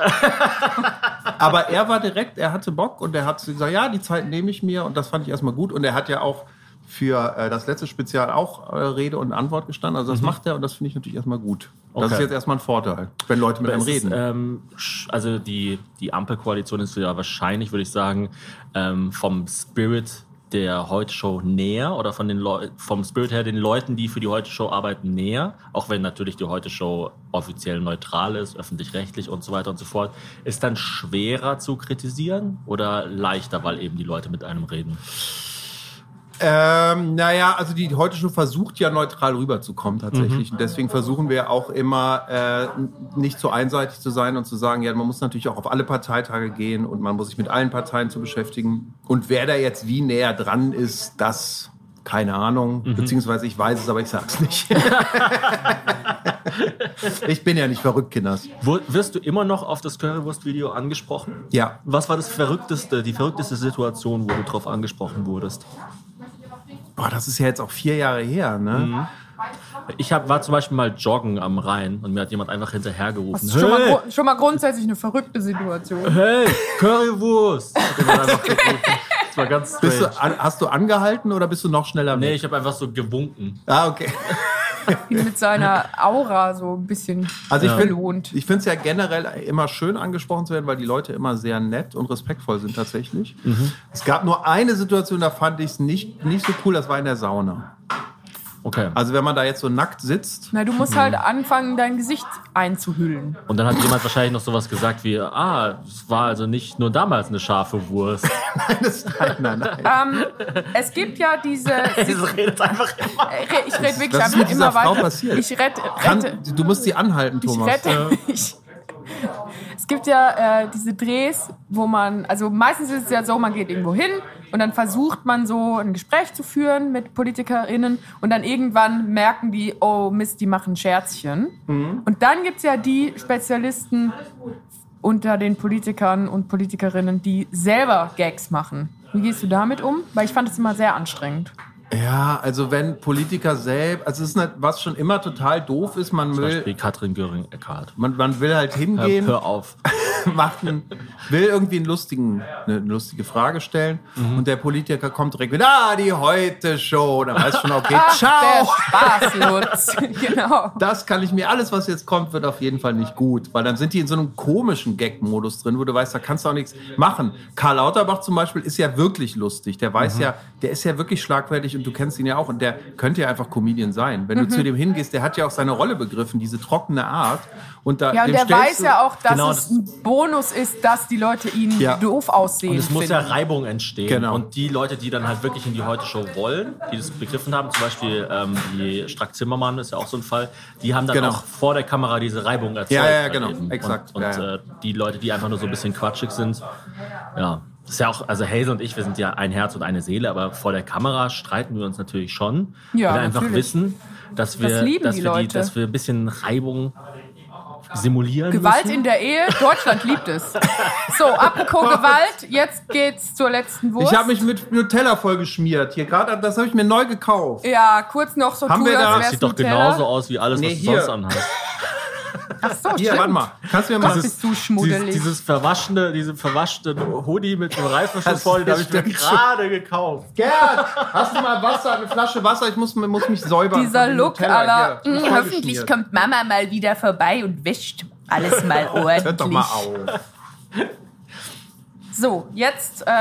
[SPEAKER 3] Aber er war direkt, er hatte Bock und er hat gesagt, ja, die Zeit nehme ich mir und das fand ich erstmal gut. Und er hat ja auch für äh, das letzte Spezial auch äh, Rede und Antwort gestanden. Also das macht er und das finde ich natürlich erstmal gut. Das
[SPEAKER 1] Mhm. Okay.
[SPEAKER 3] ist jetzt erstmal ein Vorteil, wenn Leute mit einem
[SPEAKER 1] Es ist,
[SPEAKER 3] reden.
[SPEAKER 1] ähm, sch- also die, die Ampelkoalition ist ja wahrscheinlich, würde ich sagen, ähm, vom Spirit der Heute-Show näher oder von den Leu vom Spirit her den Leuten, die für die Heute-Show arbeiten, näher. Auch wenn natürlich die Heute-Show offiziell neutral ist, öffentlich-rechtlich und so weiter und so fort. Ist dann schwerer zu kritisieren oder leichter, weil eben die Leute mit einem reden?
[SPEAKER 3] Ähm, naja, also die heute schon versucht ja neutral rüberzukommen tatsächlich. Und deswegen versuchen wir auch immer äh, nicht so einseitig zu sein und zu sagen, ja, man muss natürlich auch auf alle Parteitage gehen und man muss sich mit allen Parteien zu beschäftigen. Und wer da jetzt wie näher dran ist, das keine Ahnung. Beziehungsweise ich weiß es, aber ich sag's nicht. ich bin ja nicht verrückt, Kinders.
[SPEAKER 1] Wo, wirst du immer noch auf das Currywurst-Video angesprochen?
[SPEAKER 3] Ja.
[SPEAKER 1] Was war das verrückteste, die verrückteste Situation, wo du drauf angesprochen wurdest?
[SPEAKER 3] Boah, das ist ja jetzt auch vier Jahre her, ne?
[SPEAKER 1] Ich hab, war zum Beispiel mal joggen am Rhein und mir hat jemand einfach
[SPEAKER 2] Das
[SPEAKER 1] hinterhergerufen.
[SPEAKER 2] ist schon mal,
[SPEAKER 1] Hey,
[SPEAKER 2] gru- schon mal grundsätzlich eine verrückte Situation.
[SPEAKER 1] hey, Currywurst! Hat jemand einfach gerufen. Das war ganz
[SPEAKER 3] Bist du,
[SPEAKER 1] strange.
[SPEAKER 3] an- hast du angehalten oder bist du noch schneller?
[SPEAKER 1] Nee,
[SPEAKER 3] weg?
[SPEAKER 1] ich habe einfach so gewunken.
[SPEAKER 3] Ah, okay.
[SPEAKER 2] Wie mit seiner Aura so ein bisschen
[SPEAKER 3] Also ich finde
[SPEAKER 2] belohnt.
[SPEAKER 3] ich finde es ja generell immer schön angesprochen zu werden, weil die Leute immer sehr nett und respektvoll sind tatsächlich. Es gab nur eine Situation, da fand ich es nicht, nicht so cool, das war in der Sauna.
[SPEAKER 1] Okay.
[SPEAKER 3] Also wenn man da jetzt so nackt sitzt,
[SPEAKER 2] Na, du musst halt anfangen, dein Gesicht einzuhüllen.
[SPEAKER 1] Und dann hat jemand wahrscheinlich noch sowas gesagt wie, ah, es war also nicht nur damals eine scharfe Wurst.
[SPEAKER 3] nein, nein, nein.
[SPEAKER 2] Ähm, es gibt ja diese.
[SPEAKER 1] Das redet einfach immer.
[SPEAKER 2] Äh, Ich rede wirklich
[SPEAKER 3] Was ist mit
[SPEAKER 2] einfach
[SPEAKER 3] dieser
[SPEAKER 2] immer
[SPEAKER 3] Frau
[SPEAKER 2] weiter.
[SPEAKER 3] passiert?
[SPEAKER 2] Ich rette, rette,
[SPEAKER 3] Kann, du musst sie anhalten,
[SPEAKER 2] ich
[SPEAKER 3] Thomas.
[SPEAKER 2] rette mich. Es gibt ja äh, diese Drehs, wo man, also meistens ist es ja so, man geht irgendwo hin und dann versucht man so ein Gespräch zu führen mit PolitikerInnen und dann irgendwann merken die, oh Mist, die machen Scherzchen. Und dann gibt es ja die Spezialisten unter den Politikern und Politikerinnen, die selber Gags machen. Wie gehst du damit um? Weil ich fand es immer sehr anstrengend.
[SPEAKER 3] Ja, also wenn Politiker selbst, also es ist nicht, was schon immer total doof ist, man
[SPEAKER 1] Zum
[SPEAKER 3] will,
[SPEAKER 1] Beispiel Katrin Göring-Eckhardt.
[SPEAKER 3] man, man will halt
[SPEAKER 1] Hör,
[SPEAKER 3] hingehen,
[SPEAKER 1] hör auf.
[SPEAKER 3] macht einen, will irgendwie einen lustigen, eine lustige Frage stellen
[SPEAKER 2] Mhm.
[SPEAKER 3] und der Politiker kommt direkt wieder, ah, die Heute-Show, dann weiß schon, okay,
[SPEAKER 2] Der
[SPEAKER 3] ciao.
[SPEAKER 2] Spaß, Lutz. genau.
[SPEAKER 3] Das kann ich mir, alles, was jetzt kommt, wird auf jeden Fall nicht gut, weil dann sind die in so einem komischen Gag-Modus drin, wo du weißt, da kannst du auch nichts machen. Karl Lauterbach zum Beispiel ist ja wirklich lustig, der weiß
[SPEAKER 2] Mhm.
[SPEAKER 3] ja, der ist ja wirklich schlagfertig und du kennst ihn ja auch und der könnte ja einfach Comedian sein.
[SPEAKER 2] Mhm.
[SPEAKER 3] Wenn du zu dem hingehst, der hat ja auch seine Rolle begriffen, diese trockene Art und da
[SPEAKER 2] Ja, und
[SPEAKER 3] dem
[SPEAKER 2] der
[SPEAKER 3] stellst
[SPEAKER 2] weiß
[SPEAKER 3] du-
[SPEAKER 2] ja auch, dass
[SPEAKER 1] genau,
[SPEAKER 2] es ein Bonus ist, dass die Leute ihn
[SPEAKER 3] Ja.
[SPEAKER 2] doof aussehen.
[SPEAKER 1] Und es muss ja
[SPEAKER 2] finden.
[SPEAKER 1] Reibung entstehen.
[SPEAKER 3] Genau.
[SPEAKER 1] Und die Leute, die dann halt wirklich in die Heute-Show wollen, die das begriffen haben, zum Beispiel ähm, die Strack-Zimmermann ist ja auch so ein Fall, die haben dann
[SPEAKER 3] Genau.
[SPEAKER 1] auch vor der Kamera diese Reibung erzeugt.
[SPEAKER 3] Ja, ja,
[SPEAKER 1] halt
[SPEAKER 3] genau.
[SPEAKER 1] eben.
[SPEAKER 3] Exakt.
[SPEAKER 1] Und, und
[SPEAKER 3] Ja, ja.
[SPEAKER 1] Äh, die Leute, die einfach nur so ein bisschen quatschig sind, ja. Das ist ja auch, also Hazel und ich, wir sind ja ein Herz und eine Seele, aber vor der Kamera streiten wir uns natürlich schon,
[SPEAKER 2] Ja,
[SPEAKER 1] weil wir einfach
[SPEAKER 2] natürlich.
[SPEAKER 1] wissen, dass wir,
[SPEAKER 2] Das lieben
[SPEAKER 1] dass,
[SPEAKER 2] die
[SPEAKER 1] wir
[SPEAKER 2] Leute.
[SPEAKER 1] dass wir ein bisschen Reibung simulieren
[SPEAKER 2] Gewalt
[SPEAKER 1] müssen.
[SPEAKER 2] in der Ehe, Deutschland liebt es. So, apropos Gewalt, jetzt geht's zur letzten Wurst.
[SPEAKER 3] Ich habe mich mit Nutella vollgeschmiert. Hier gerade, das habe ich mir neu gekauft.
[SPEAKER 2] ja, kurz noch so
[SPEAKER 3] Haben
[SPEAKER 2] tun,
[SPEAKER 3] wir da-
[SPEAKER 2] als
[SPEAKER 1] das
[SPEAKER 2] wär's
[SPEAKER 1] sieht doch
[SPEAKER 2] Nutella.
[SPEAKER 1] genauso aus wie alles,
[SPEAKER 3] Nee,
[SPEAKER 1] was du
[SPEAKER 3] hier.
[SPEAKER 1] sonst anhast.
[SPEAKER 2] Ach so,
[SPEAKER 3] Hier,
[SPEAKER 2] stimmt.
[SPEAKER 3] warte mal. Kannst du mir mal
[SPEAKER 2] Gott,
[SPEAKER 3] das
[SPEAKER 2] bist du
[SPEAKER 1] Dieses,
[SPEAKER 2] schmuddelig.
[SPEAKER 1] dieses verwaschene, diesen verwaschten Hoodie mit dem Reifen schon
[SPEAKER 3] Das
[SPEAKER 1] voll, den habe ich mir
[SPEAKER 3] stimmt
[SPEAKER 1] gerade gekauft.
[SPEAKER 3] Gerd, hast du mal Wasser, eine Flasche Wasser? Ich muss, muss mich säubern.
[SPEAKER 2] Dieser Look
[SPEAKER 3] Nutella,
[SPEAKER 2] aller,
[SPEAKER 3] hier,
[SPEAKER 2] "Mm, hoffentlich
[SPEAKER 3] vollgeschmiert.
[SPEAKER 2] kommt Mama mal wieder vorbei und wäscht alles mal ordentlich.
[SPEAKER 3] Hört doch mal auf.
[SPEAKER 2] So, jetzt äh,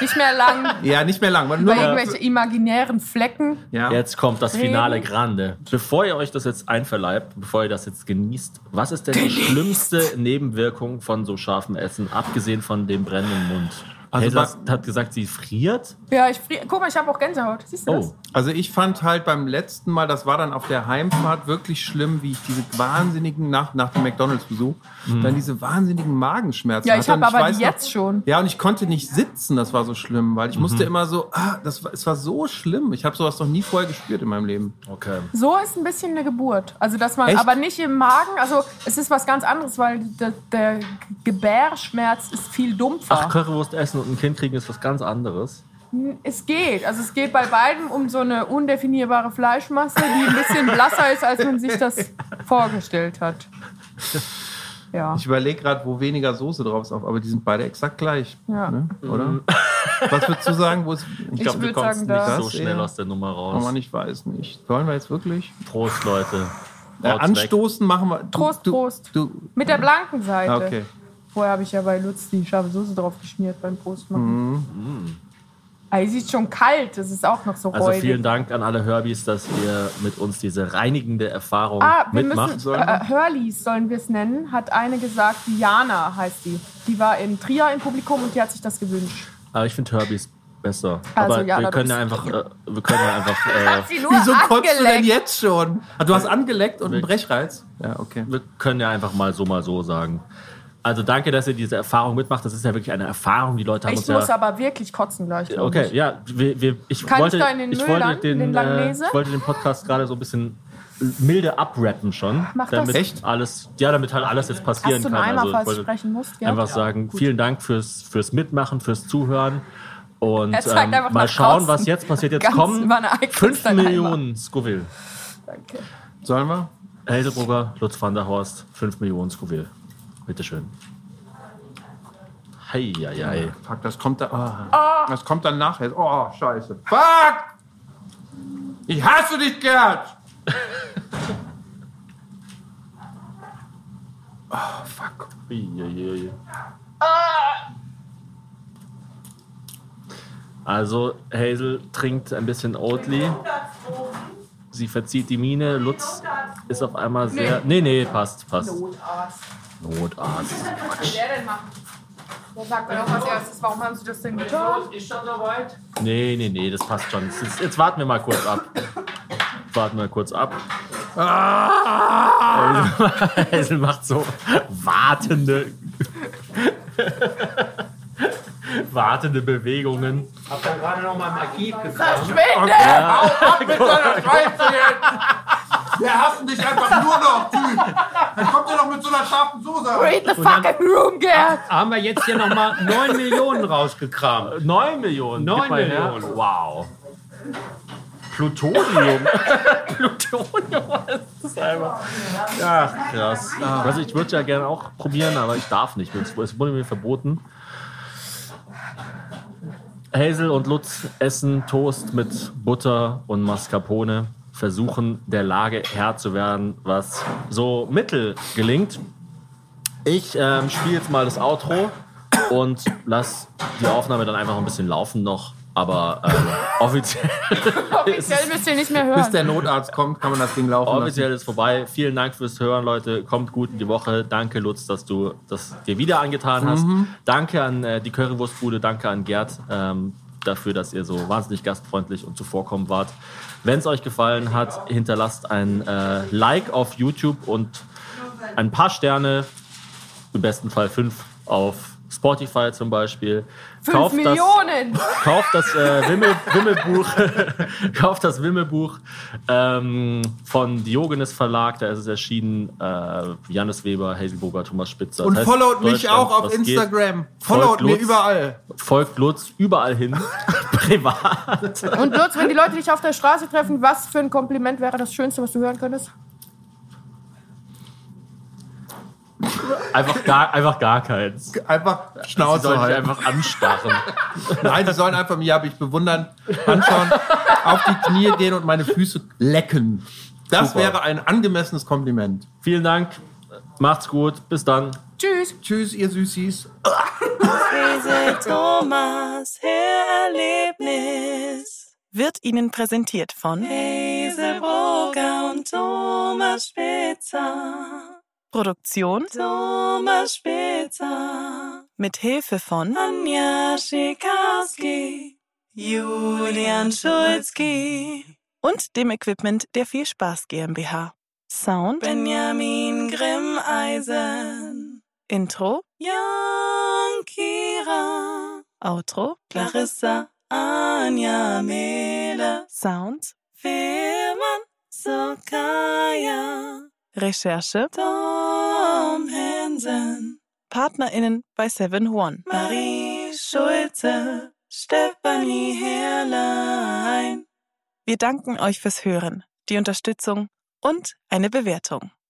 [SPEAKER 2] nicht mehr lang
[SPEAKER 3] Ja, nicht mehr lang. Warte, Nur
[SPEAKER 2] über
[SPEAKER 3] noch,
[SPEAKER 2] irgendwelche imaginären Flecken.
[SPEAKER 3] ja.
[SPEAKER 1] Jetzt kommt das Finale Grande. Bevor ihr euch das jetzt einverleibt, bevor ihr das jetzt genießt, was ist denn die schlimmste Nebenwirkung von so scharfem Essen, abgesehen von dem brennenden Mund?
[SPEAKER 3] Also
[SPEAKER 1] Also
[SPEAKER 3] bei-
[SPEAKER 1] hat gesagt, sie friert.
[SPEAKER 2] Ja, ich friere. Guck mal, ich habe auch Gänsehaut. Siehst du
[SPEAKER 1] Oh,
[SPEAKER 2] das?
[SPEAKER 3] Also ich fand halt beim letzten Mal, das war dann auf der Heimfahrt wirklich schlimm, wie ich diese wahnsinnigen, nach, nach dem McDonalds-Besuch,
[SPEAKER 1] Mhm.
[SPEAKER 3] dann diese wahnsinnigen Magenschmerzen
[SPEAKER 2] Ja, ich
[SPEAKER 3] hatte.
[SPEAKER 2] habe
[SPEAKER 3] Und
[SPEAKER 2] aber
[SPEAKER 3] weiß
[SPEAKER 2] die
[SPEAKER 3] noch-
[SPEAKER 2] jetzt schon.
[SPEAKER 3] Ja, und ich konnte nicht sitzen, das war so schlimm, weil ich
[SPEAKER 1] Mhm.
[SPEAKER 3] musste immer so, ah, das war, es war so schlimm. Ich habe sowas noch nie vorher gespürt in meinem Leben.
[SPEAKER 1] okay.
[SPEAKER 2] So ist ein bisschen eine Geburt. Also, dass man,
[SPEAKER 3] Echt?
[SPEAKER 2] aber nicht im Magen. Also, es ist was ganz anderes, weil der, der Gebärschmerz ist viel
[SPEAKER 1] Ach,
[SPEAKER 2] dumpfer.
[SPEAKER 1] Currywurst essen und ein Kind kriegen ist was ganz anderes.
[SPEAKER 2] es geht. Also, es geht bei beiden um so eine undefinierbare Fleischmasse, die ein bisschen blasser ist, als man sich das vorgestellt hat. Ja.
[SPEAKER 3] Ich überlege gerade, wo weniger Soße drauf ist, aber die sind beide exakt gleich,
[SPEAKER 2] Ja.
[SPEAKER 3] ne? oder?
[SPEAKER 1] Mhm.
[SPEAKER 3] Was würdest du sagen, wo es... Ich
[SPEAKER 2] glaub, du würd kommst sagen, nicht da-
[SPEAKER 1] So schnell aus der Nummer raus.
[SPEAKER 3] Aber Oh ich weiß nicht. Sollen wir jetzt wirklich?
[SPEAKER 1] Prost, Leute.
[SPEAKER 3] Äh,
[SPEAKER 1] Haut's weg.
[SPEAKER 3] anstoßen machen wir... Du,
[SPEAKER 2] Prost,
[SPEAKER 3] du,
[SPEAKER 2] Prost.
[SPEAKER 3] Du,
[SPEAKER 2] Mit der blanken Seite.
[SPEAKER 3] Ah, okay.
[SPEAKER 2] Vorher habe ich ja bei Lutz die scharfe Soße drauf geschmiert beim Brustmachen.
[SPEAKER 3] Mhm.
[SPEAKER 2] Ah, die sieht schon kalt. Das ist auch noch so
[SPEAKER 1] Also
[SPEAKER 2] räudig.
[SPEAKER 1] vielen Dank an alle Herbys, dass ihr mit uns diese reinigende Erfahrung
[SPEAKER 2] Ah, wir
[SPEAKER 1] mitmacht.
[SPEAKER 2] müssen, äh, Hurleys sollen wir es nennen, hat eine gesagt, Diana heißt die. Die war in Trier im Publikum und die hat sich das gewünscht.
[SPEAKER 1] Aber ich finde Herbys besser.
[SPEAKER 2] Also,
[SPEAKER 1] Aber
[SPEAKER 2] ja,
[SPEAKER 1] wir
[SPEAKER 2] da
[SPEAKER 1] können ja
[SPEAKER 2] bist-
[SPEAKER 1] einfach, äh, wir können ja einfach, äh,
[SPEAKER 2] Sie nur
[SPEAKER 3] Wieso kotzt du denn jetzt schon? Ah, Du hast angeleckt und einen Brechreiz? Ja, okay.
[SPEAKER 1] wir können ja einfach mal so mal so sagen. Also danke, dass ihr diese Erfahrung mitmacht. Das ist ja wirklich eine Erfahrung. Die Leute haben
[SPEAKER 2] Ich
[SPEAKER 1] uns
[SPEAKER 2] muss
[SPEAKER 1] ja.
[SPEAKER 2] aber wirklich kotzen gleich. glaub
[SPEAKER 1] Okay,
[SPEAKER 2] Ich.
[SPEAKER 1] ja, wir, wir, ich
[SPEAKER 2] Kann ich
[SPEAKER 1] wollte,
[SPEAKER 2] da in den
[SPEAKER 1] ich
[SPEAKER 2] Müll
[SPEAKER 1] wollte
[SPEAKER 2] dann,
[SPEAKER 1] den,
[SPEAKER 2] den
[SPEAKER 1] äh,
[SPEAKER 2] Langnese?
[SPEAKER 1] ich wollte den Podcast gerade so ein bisschen milde abrappen schon,
[SPEAKER 2] Mach das.
[SPEAKER 1] damit
[SPEAKER 3] Echt?
[SPEAKER 1] alles, ja, damit halt alles jetzt passieren
[SPEAKER 2] Hast du einen
[SPEAKER 1] kann.
[SPEAKER 2] Eimer,
[SPEAKER 1] Also ich
[SPEAKER 2] falls du
[SPEAKER 1] wollte-
[SPEAKER 2] sprechen musst?
[SPEAKER 1] Ja,
[SPEAKER 2] Ja?
[SPEAKER 1] einfach sagen, vielen Dank fürs, fürs Mitmachen, fürs Zuhören. Und
[SPEAKER 2] Er zeigt
[SPEAKER 1] ähm,
[SPEAKER 2] einfach
[SPEAKER 1] mal
[SPEAKER 2] nach
[SPEAKER 1] schauen,
[SPEAKER 2] draußen.
[SPEAKER 1] was jetzt passiert. Jetzt
[SPEAKER 2] Ganz
[SPEAKER 1] kommen
[SPEAKER 2] über eine Ecke ist
[SPEAKER 1] 5
[SPEAKER 2] dein Eimer.
[SPEAKER 1] Millionen Scoville.
[SPEAKER 2] Danke.
[SPEAKER 3] Sollen wir?
[SPEAKER 1] Heldebrugger, Lutz van der Horst, 5 Millionen Scoville. Bitteschön. Hei, hei, hei.
[SPEAKER 3] Fuck, das kommt da. ah. Das kommt dann nachher. Oh, scheiße. Fuck! Ich hasse dich, Gerd! oh, fuck.
[SPEAKER 1] Ui, ui, ui. Ah! Also, Hazel trinkt ein bisschen Oatly. Sie verzieht die Miene. Lutz ist auf einmal sehr. Nee, nee, passt, passt.
[SPEAKER 2] Notarzt.
[SPEAKER 1] Notarzt.
[SPEAKER 2] Was soll der denn machen? Der sagt mir doch als erstes, warum haben sie das denn getan?
[SPEAKER 6] Ist schon soweit?
[SPEAKER 1] Nee, nee, nee, das passt schon. Jetzt, jetzt warten wir mal kurz ab. Warten wir kurz ab. Ah! Hazel Hazel macht so wartende. wartende Bewegungen.
[SPEAKER 6] Hab da gerade noch mal im Archiv gefragt.
[SPEAKER 2] Schwede!
[SPEAKER 3] Wir hassen dich einfach nur noch, Typ. Dann kommt ihr doch mit so einer scharfen Soße an. Ah,
[SPEAKER 2] Read the fucking room, Gerd!
[SPEAKER 6] Haben wir jetzt hier noch mal 9 Millionen rausgekramt.
[SPEAKER 1] 9 Millionen.
[SPEAKER 6] Neun
[SPEAKER 1] Gib mal her.
[SPEAKER 6] Millionen.
[SPEAKER 1] Wow. Plutonium. Plutonium das ist einfach. Ja, krass. Also ich würde ja gerne auch probieren, aber ich darf nicht. Es es wurde mir verboten. Hazel und Lutz essen Toast mit Butter und Mascarpone, versuchen der Lage Herr zu werden, was so mittel gelingt. Ich ähm, spiele jetzt mal das Outro und lass die Aufnahme dann einfach ein bisschen laufen noch. Aber ähm, offiziell,
[SPEAKER 2] Offiziell müsst ihr nicht mehr hören.
[SPEAKER 3] ah, Bis der Notarzt kommt, kann man das Ding laufen lassen.
[SPEAKER 1] offiziell ist vorbei. Vielen Dank fürs Hören, Leute. Kommt gut in die Woche. Danke, Lutz, dass du das dir wieder angetan hast. Danke an äh, die Currywurstbude. Danke an Gerd ähm, dafür, dass ihr so wahnsinnig gastfreundlich und zuvorkommend wart. Wenn es euch gefallen hat, hinterlasst ein äh, Like auf YouTube und ein paar Sterne im besten Fall fünf auf Spotify zum Beispiel.
[SPEAKER 2] Fünf Millionen!
[SPEAKER 1] Das, kauft das äh, Wimmel, Wimmelbuch, kauft das Wimmelbuch ähm, von Diogenes Verlag, da ist es erschienen. Äh, Janis Weber, Hazel Boger, Thomas Spitzer.
[SPEAKER 3] Und
[SPEAKER 1] Das heißt,
[SPEAKER 3] followt mich
[SPEAKER 1] Deutschland,
[SPEAKER 3] auch auf
[SPEAKER 1] was geht.
[SPEAKER 3] Instagram. Followt mir
[SPEAKER 1] Lutz.
[SPEAKER 3] überall.
[SPEAKER 1] Folgt Lutz überall hin, privat.
[SPEAKER 2] Und Lutz, wenn die Leute dich auf der Straße treffen, was für ein Kompliment wäre das Schönste, was du hören könntest?
[SPEAKER 1] Einfach gar, einfach gar keins.
[SPEAKER 3] Einfach
[SPEAKER 1] Sie
[SPEAKER 3] Schnauze
[SPEAKER 1] sollen dich
[SPEAKER 3] Genau
[SPEAKER 1] einfach
[SPEAKER 3] halten.
[SPEAKER 1] anstarren.
[SPEAKER 3] Nein, sie sollen einfach mir, habe ich bewundern, anschauen, auf die Knie gehen und meine Füße lecken. Das
[SPEAKER 1] Super.
[SPEAKER 3] wäre ein angemessenes Kompliment.
[SPEAKER 1] Vielen Dank. Macht's gut. Bis dann.
[SPEAKER 2] Tschüss!
[SPEAKER 3] Tschüss, ihr Süßis.
[SPEAKER 9] Käse Thomas Erlebnis wird Ihnen präsentiert von Hazelburger und Thomas Spitzer. Produktion Thomas Spitzer. Mit Hilfe von Anja Schikarski, Julian Schulzki und dem Equipment der Viel Spaß GmbH. Sound Benjamin Grimmeisen. Intro Jan Kira. Outro Clarissa Anja Mele. Sound Firman Sokaya. Recherche Tom Hansen. PartnerInnen bei Seven One. Marie Schulze. Stefanie Herrlein. Wir danken euch fürs Hören, die Unterstützung und eine Bewertung.